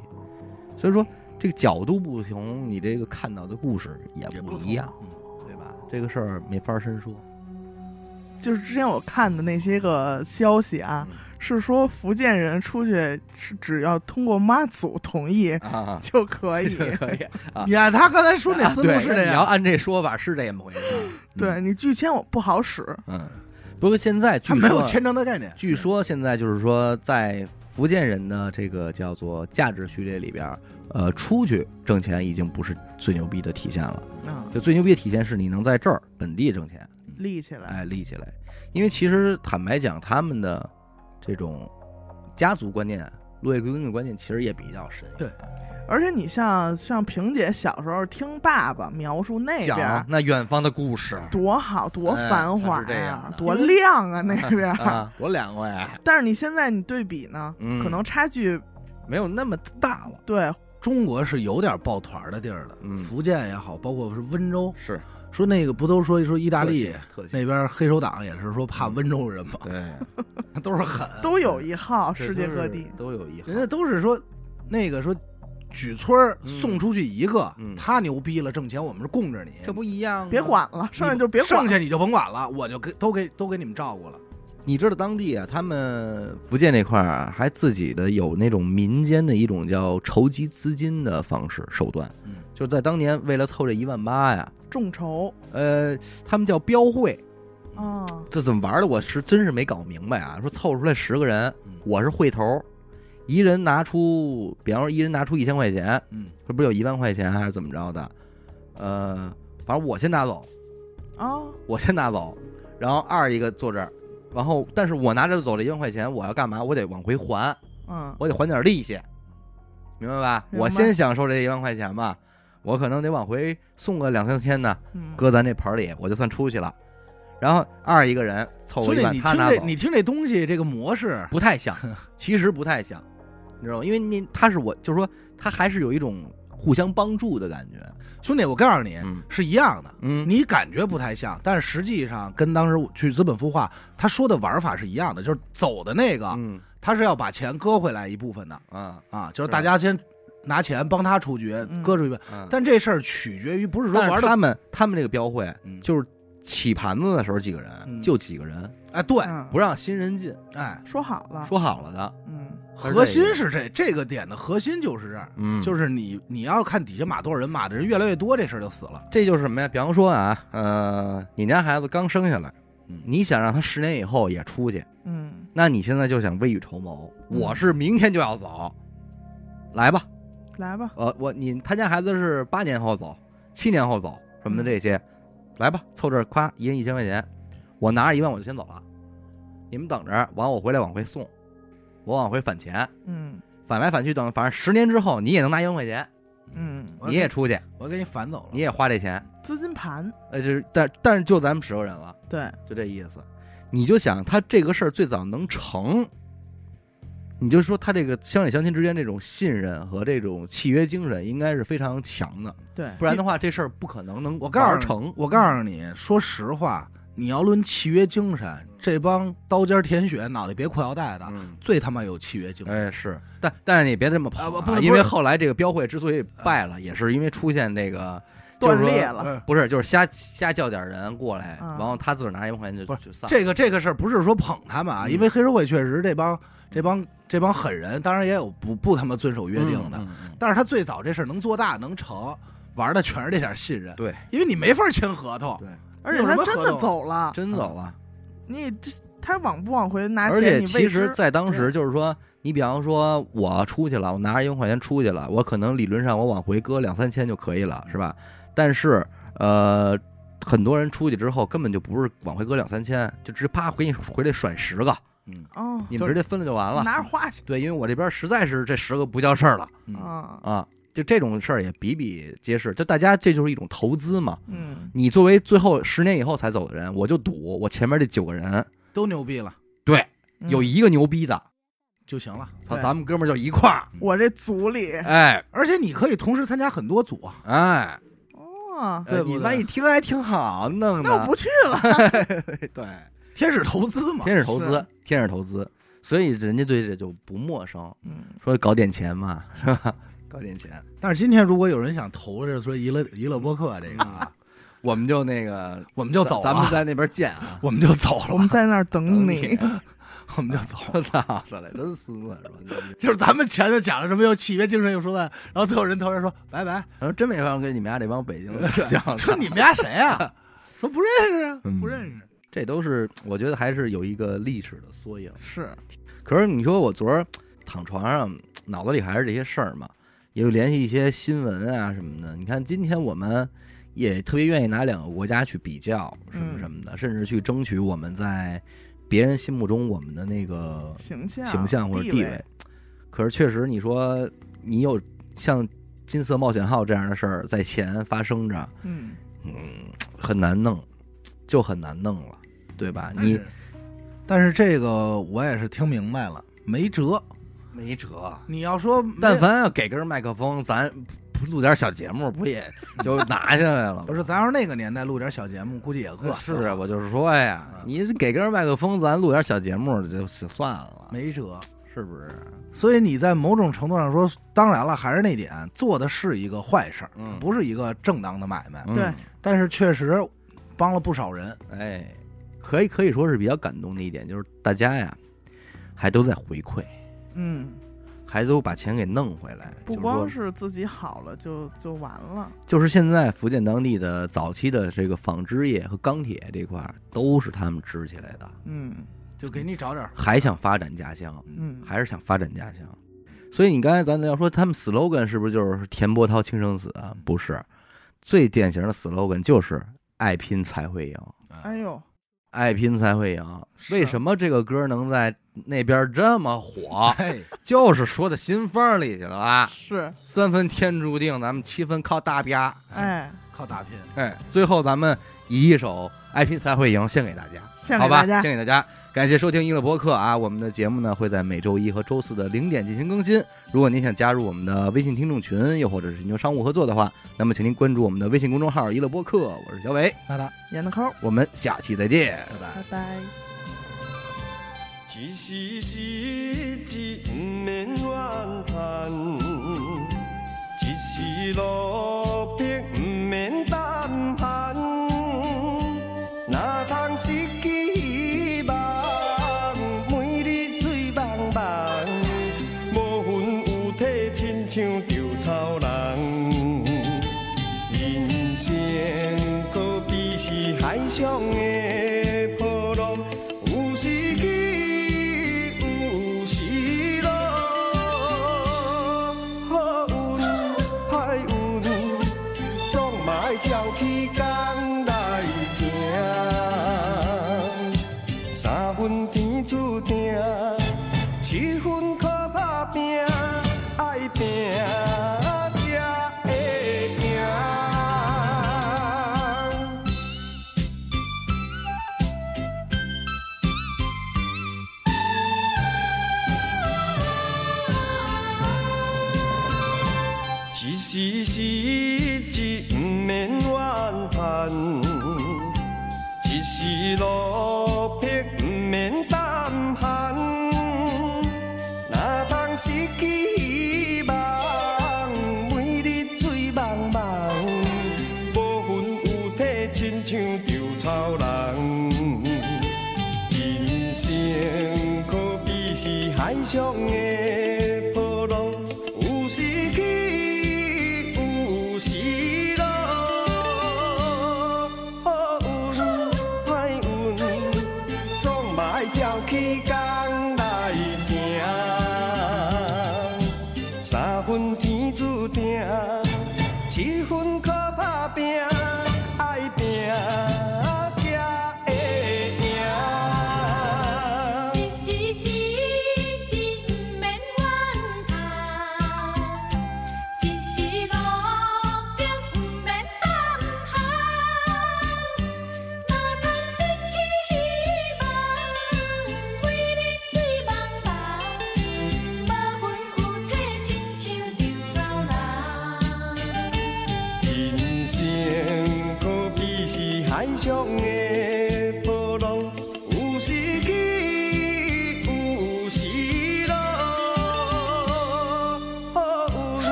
Speaker 1: 所以说这个角度不同，你这个看到的故事也
Speaker 2: 也
Speaker 1: 不
Speaker 2: 同
Speaker 1: 一样。，
Speaker 2: 嗯
Speaker 1: 对吧？这个事儿没法深说。
Speaker 3: 就是之前我看的那些个消息啊，
Speaker 1: 嗯
Speaker 3: 是说福建人出去是只要通过妈祖同意
Speaker 1: 啊，
Speaker 3: 就可以，
Speaker 1: 可以啊
Speaker 2: 你看他刚才说那思路
Speaker 1: 对
Speaker 2: 是这
Speaker 1: 你要
Speaker 2: 样，
Speaker 1: 按这说法是这么回事。
Speaker 3: 对，你拒签我不好使，
Speaker 1: 嗯，不过现在
Speaker 2: 他
Speaker 1: 据
Speaker 2: 没有
Speaker 1: 说，
Speaker 2: 签证的概念。
Speaker 1: 据说现在就是说，在福建人的这个叫做价值序列里边儿，呃，出去挣钱已经不是最牛逼的体现了。
Speaker 3: 嗯，
Speaker 1: 就最牛逼的体现是你能在这儿本地挣钱，
Speaker 3: 立起来，
Speaker 1: 哎，立起来。因为其实坦白讲，他们的这种家族观念、落叶归根的观念，其实也比较深。
Speaker 2: 对
Speaker 3: 而且你像像萍姐小时候听爸爸描述那边
Speaker 1: 讲
Speaker 2: 啊
Speaker 3: 儿
Speaker 1: 那远方的故事，
Speaker 3: 多好，多
Speaker 1: 哎
Speaker 3: 繁
Speaker 1: 它
Speaker 3: 华
Speaker 1: 是这
Speaker 3: 呀、
Speaker 1: 样的
Speaker 3: 多亮啊那边 儿。
Speaker 1: 啊，多凉快啊！
Speaker 3: 但是你现在你对比呢，
Speaker 1: 嗯
Speaker 3: 可能差距
Speaker 1: 没有那么大了。
Speaker 3: 对
Speaker 2: 中国是有点抱团的地儿的，
Speaker 1: 嗯
Speaker 2: 福建也好，包括是温州，
Speaker 1: 是
Speaker 2: 说那个不都说说意大利
Speaker 1: 特写
Speaker 2: 那边黑手党也是说怕温州人嘛，
Speaker 1: 对，
Speaker 2: 都是狠，
Speaker 3: 都有一号，世
Speaker 1: 这
Speaker 3: 界
Speaker 1: 都
Speaker 3: 各
Speaker 1: 是
Speaker 3: 地
Speaker 1: 都有一号
Speaker 2: 人家都是说那个说举村儿
Speaker 1: 嗯
Speaker 2: 送出去一个，
Speaker 1: 嗯
Speaker 2: 他牛逼了，挣钱我们是供着你，
Speaker 1: 这不一样吗？
Speaker 3: 别管了，剩下就别管
Speaker 2: 剩
Speaker 3: 了。
Speaker 2: 下你就甭管了，我就给都给都给你们照顾了。
Speaker 1: 你知道当地啊，他们福建那块儿啊，还自己的有那种民间的一种叫筹集资金的方式手段，
Speaker 2: 嗯
Speaker 1: 就在当年为了凑这一万八呀，
Speaker 3: 众筹
Speaker 1: 呃，他们叫标会，
Speaker 3: 啊，
Speaker 1: 这怎么玩的？我是真是没搞明白啊！说凑出来十个人
Speaker 2: 嗯，
Speaker 1: 我是会头，一人拿出，比方说一人拿出一千块钱，
Speaker 2: 嗯，
Speaker 1: 这不是有一万块钱还是怎么着的？呃，反正我先拿走，
Speaker 3: 啊，
Speaker 1: 我先拿走，然后二一个坐这儿，然后但是我拿着走这一万块钱，我要干嘛？我得往回还，
Speaker 3: 嗯，
Speaker 1: 我得还点利息，明白吧？
Speaker 3: 明白
Speaker 1: 我先享受这一万块钱吧，我可能得往回送个两三千呢，
Speaker 3: 嗯
Speaker 1: 搁咱这盆儿里，我就算出去了。然后二一个人凑
Speaker 2: 所
Speaker 1: 哦个一
Speaker 2: 以
Speaker 1: 万，
Speaker 2: 你
Speaker 1: 他
Speaker 2: 听
Speaker 1: 拿
Speaker 2: 这
Speaker 1: 走，
Speaker 2: 你听这东西这个模式，
Speaker 1: 不太 像，其实不太像，你知道吗？因为你他是我，就是说他还是有一种互相帮助的感觉。
Speaker 2: 兄弟，我告诉你、
Speaker 1: 嗯
Speaker 2: 是一样的。
Speaker 1: 嗯
Speaker 2: 你感觉不太像，但是实际上跟当时我去资本孵化他说的玩法是一样的，就是走的那个、
Speaker 1: 嗯
Speaker 2: 他是要把钱割回来一部分的
Speaker 1: 啊
Speaker 2: 啊，就是
Speaker 1: 是
Speaker 2: 大家先拿钱帮他出局，
Speaker 3: 嗯
Speaker 2: 割出去。
Speaker 1: 嗯，
Speaker 2: 但这事儿取决于不是说
Speaker 1: 但
Speaker 2: 玩
Speaker 1: 是
Speaker 2: 的
Speaker 1: 他们他们这个标会
Speaker 2: 嗯
Speaker 1: 就是起盘子的时候几个人、
Speaker 2: 嗯
Speaker 1: 就几个人，
Speaker 2: 哎，对，
Speaker 3: 嗯
Speaker 1: 不让新人进，
Speaker 2: 哎，
Speaker 3: 说好了，
Speaker 1: 说好了的。
Speaker 3: 嗯，
Speaker 1: 他是
Speaker 2: 核
Speaker 1: 这
Speaker 2: 心
Speaker 1: 个
Speaker 2: 是这这个点的核心就是这儿，
Speaker 1: 嗯
Speaker 2: 就是是你你要看底下码多少人，码的人越来越多，这事儿就死了。
Speaker 1: 这就是什么呀？比方说啊，呃，你家孩子刚生下来
Speaker 2: 嗯，
Speaker 1: 你想让他十年以后也出去，
Speaker 3: 嗯，
Speaker 1: 那你现在就想未雨绸缪。
Speaker 2: 嗯
Speaker 1: 我是明天就要走，来吧，
Speaker 3: 来吧，
Speaker 1: 呃，我你他家孩子是八年后走，七年后走什么
Speaker 2: 嗯
Speaker 1: 的这些，来吧，凑这儿夸一人一千块钱，我拿着一万我就先走了，你们等着，完我回来往回送，我往回返钱，
Speaker 3: 嗯
Speaker 1: 返来返去等，反正十年之后你也能拿一万块钱，
Speaker 3: 嗯，
Speaker 2: 我
Speaker 1: 你也出去，
Speaker 2: 我给你反走了，
Speaker 1: 你也花这钱，
Speaker 3: 资金盘，
Speaker 1: 呃，就是但但是就咱们十个人了，
Speaker 3: 对，
Speaker 1: 就这意思，你就想他这个事儿最早能成。你就说他这个乡里乡亲之间这种信任和这种契约精神，应该是非常强的。
Speaker 3: 对，
Speaker 1: 不然的话，这事儿不可能能
Speaker 2: 我告诉
Speaker 1: 玩
Speaker 2: 你
Speaker 1: 成。
Speaker 2: 我告诉你，说实话，你要论契约精神，这帮刀尖舔血、脑袋别裤腰带的，
Speaker 1: 嗯，
Speaker 2: 最他妈有契约精神。
Speaker 1: 哎是，但但是你别这么跑、
Speaker 2: 啊不不是
Speaker 1: 因
Speaker 2: 不
Speaker 1: 为
Speaker 2: 是
Speaker 1: 后来这个标会之所以败了，也是因为出现这个就是
Speaker 3: 断
Speaker 1: 说
Speaker 3: 裂了，
Speaker 2: 呃
Speaker 1: 不是，就是瞎瞎叫点人过来，
Speaker 3: 啊
Speaker 1: 然后他自个儿拿一万块钱就
Speaker 2: 不
Speaker 1: 就散了。
Speaker 2: 这个这个事儿不是说捧他们啊，
Speaker 1: 嗯
Speaker 2: 因为黑社会确实这帮这帮这帮狠人，当然也有不不他妈遵守约定的，
Speaker 1: 嗯嗯嗯
Speaker 2: 但是他最早这事儿能做大能成，玩的全是这点信任。
Speaker 1: 对，
Speaker 2: 因为你没法签合同
Speaker 1: 对，
Speaker 3: 而且他真的
Speaker 1: 啊
Speaker 3: 走了，
Speaker 1: 真走了。
Speaker 3: 你这他往不往回拿
Speaker 1: 而
Speaker 3: 钱，
Speaker 1: 且
Speaker 3: 你
Speaker 1: 其
Speaker 3: 未
Speaker 1: 实，
Speaker 3: 知，
Speaker 1: 在当时
Speaker 3: 对
Speaker 1: 就是说，你比方说我出去了，我拿着一万块钱出去了，我可能理论上我往回搁两三千就可以了，是吧？但是呃，很多人出去之后根本就不是往回搁两三千，就直接啪给你回来甩十个，
Speaker 2: 嗯
Speaker 3: 哦，
Speaker 1: 你们直接分了就完了。
Speaker 3: 拿着花去
Speaker 1: 对，因为我这边实在是这十个不叫事儿了
Speaker 2: 嗯，
Speaker 3: 啊，
Speaker 1: 啊，就这种事儿也比比皆是。就大家这就是一种投资嘛。
Speaker 3: 嗯，
Speaker 1: 你作为最后十年以后才走的人，我就赌我前面这九个人
Speaker 2: 都牛逼了
Speaker 1: 对
Speaker 3: 嗯
Speaker 1: 有一个牛逼的，
Speaker 2: 就行了。
Speaker 1: 操，
Speaker 3: 对
Speaker 1: 咱们哥们儿就一块儿，
Speaker 3: 我这组里
Speaker 1: 哎
Speaker 2: 而且你可以同时参加很多组啊，
Speaker 1: 哎，
Speaker 3: 哦，
Speaker 2: 对
Speaker 1: 呃
Speaker 2: 不对
Speaker 1: 你妈一听还挺好，弄
Speaker 3: 那
Speaker 1: 的
Speaker 3: 我不去了，
Speaker 1: 对，
Speaker 2: 天使投资嘛。
Speaker 1: 天使投资
Speaker 3: 是，
Speaker 1: 天使投资，所以人家对这就不陌生，
Speaker 3: 嗯，
Speaker 1: 说搞点钱嘛， 是吧？搞点钱，
Speaker 2: 但是今天如果有人想投着说娱乐娱乐播客这 个啊，
Speaker 1: 我们就那个
Speaker 2: 我 们就走了，
Speaker 1: 咱咱们在那边见 啊。
Speaker 2: 我们就走
Speaker 3: 我
Speaker 2: 了，
Speaker 3: 们在那儿等
Speaker 1: 你
Speaker 3: 你，
Speaker 2: 我们就走了。
Speaker 1: 我操，说的真孙子，说的
Speaker 2: 就是咱们前头讲了什么又契约精神又说的，然后最后人投人说拜拜，
Speaker 1: 然后真没法跟你们家这帮北 京的讲的，
Speaker 2: 说你们家谁 啊？说不认识啊，
Speaker 1: 嗯
Speaker 2: 不认识。
Speaker 1: 这都是我觉得还是有一个历史的缩影。
Speaker 3: 是，
Speaker 1: 可是你说我昨儿躺床上，脑子里还是这些事儿嘛，也有联系一些新闻啊什么的。你看今天我们也特别愿意拿两个国家去比较什么
Speaker 3: 嗯
Speaker 1: 什么的，甚至去争取我们在别人心目中我们的那个
Speaker 3: 形象
Speaker 1: 形象或者
Speaker 3: 地
Speaker 1: 地位。可是确实，你说你有像金色冒险号这样的事儿在前发生着，
Speaker 3: 嗯，
Speaker 1: 嗯，很难弄，就很难弄了，对吧？你
Speaker 2: 但是这个我也是听明白了，没辙。
Speaker 1: 没辙。啊
Speaker 2: 你要说没
Speaker 1: 但凡要给根麦克风，咱不录点小节目，不也就拿下来了吗
Speaker 2: 不？是，咱要是那个年代录点小节目，估计也饿死
Speaker 1: 是
Speaker 2: 了
Speaker 1: 啊，我就是说呀，你给根麦克风，咱录点小节目就算了，
Speaker 2: 没辙。是不是？所以你在某种程度上说，当然了，还是那点，做的是一个坏事儿，
Speaker 1: 嗯
Speaker 2: 不是一个正当的买卖，
Speaker 1: 嗯
Speaker 3: 对，
Speaker 2: 但是确实帮了不少人。
Speaker 1: 哎，可以可以说是比较感动的一点，就是大家呀，还都在回馈，
Speaker 3: 嗯，
Speaker 1: 还都把钱给弄回来。
Speaker 3: 不
Speaker 1: 就是
Speaker 3: 光
Speaker 1: 说
Speaker 3: 是自己好了就就完了，
Speaker 1: 就是现在福建当地的早期的这个纺织业和钢铁这块儿都是他们支起来的，
Speaker 3: 嗯
Speaker 2: 就给你找点儿，
Speaker 1: 还想发展家乡，
Speaker 3: 嗯，
Speaker 1: 还是想发展家乡。所以你刚才咱要说他们 slogan 是不是就是田波涛亲生子啊？不是，最典型的 slogan 就是爱拼才会赢，
Speaker 3: 哎呦，
Speaker 1: 爱拼才会赢。为什么这个歌能在那边这么 火？
Speaker 2: 哎，
Speaker 1: 就是说到心缝儿里去了啊！
Speaker 3: 是，
Speaker 1: 三分天注定，咱们七分靠大啪。
Speaker 3: 哎，
Speaker 2: 靠打拼。
Speaker 1: 哎，最后咱们以一首《爱拼才会赢》献给大家，
Speaker 3: 献
Speaker 1: 好
Speaker 3: 给
Speaker 1: 吧？
Speaker 3: 大
Speaker 1: 献
Speaker 3: 家，
Speaker 1: 给大家，感谢收听娱乐播客啊！我们的节目呢会在每周一和周四的零点进行更新。如果您想加入我们的微信听众群，又或者是寻求商务合作的话，那么请您关注我们的微信公众号“娱乐播客”，我是小伟，
Speaker 2: 那他，
Speaker 3: 严的抠儿，
Speaker 1: 我们下期再见。
Speaker 2: 拜拜。
Speaker 3: 拜拜。
Speaker 4: 一时时日子不免怨叹，一时落魄不免胆寒，哪通失去希望？每日醉茫茫，无魂有体，亲像稻草人。人生可比是海上的波浪，有时起，有时落。好运歹运，总嘛要照起工来行。三分天注定，七分靠打拼，爱拼才会赢。一时时日子不免怨叹，一时落魄不免胆寒。哪通失去希望？每日醉茫茫，无魂有体，亲像稻草人。人生可比是海上的波浪，有时起，有时落。好运歹运，总嘛要照起工来行。三分天注定，七分靠打拼，爱拼才会赢。
Speaker 5: 一时时日不免怨叹，一时落魄不免胆寒。哪通失去希望？每日醉茫茫，无魂有体，亲像稻草人。
Speaker 4: 人生可比是海上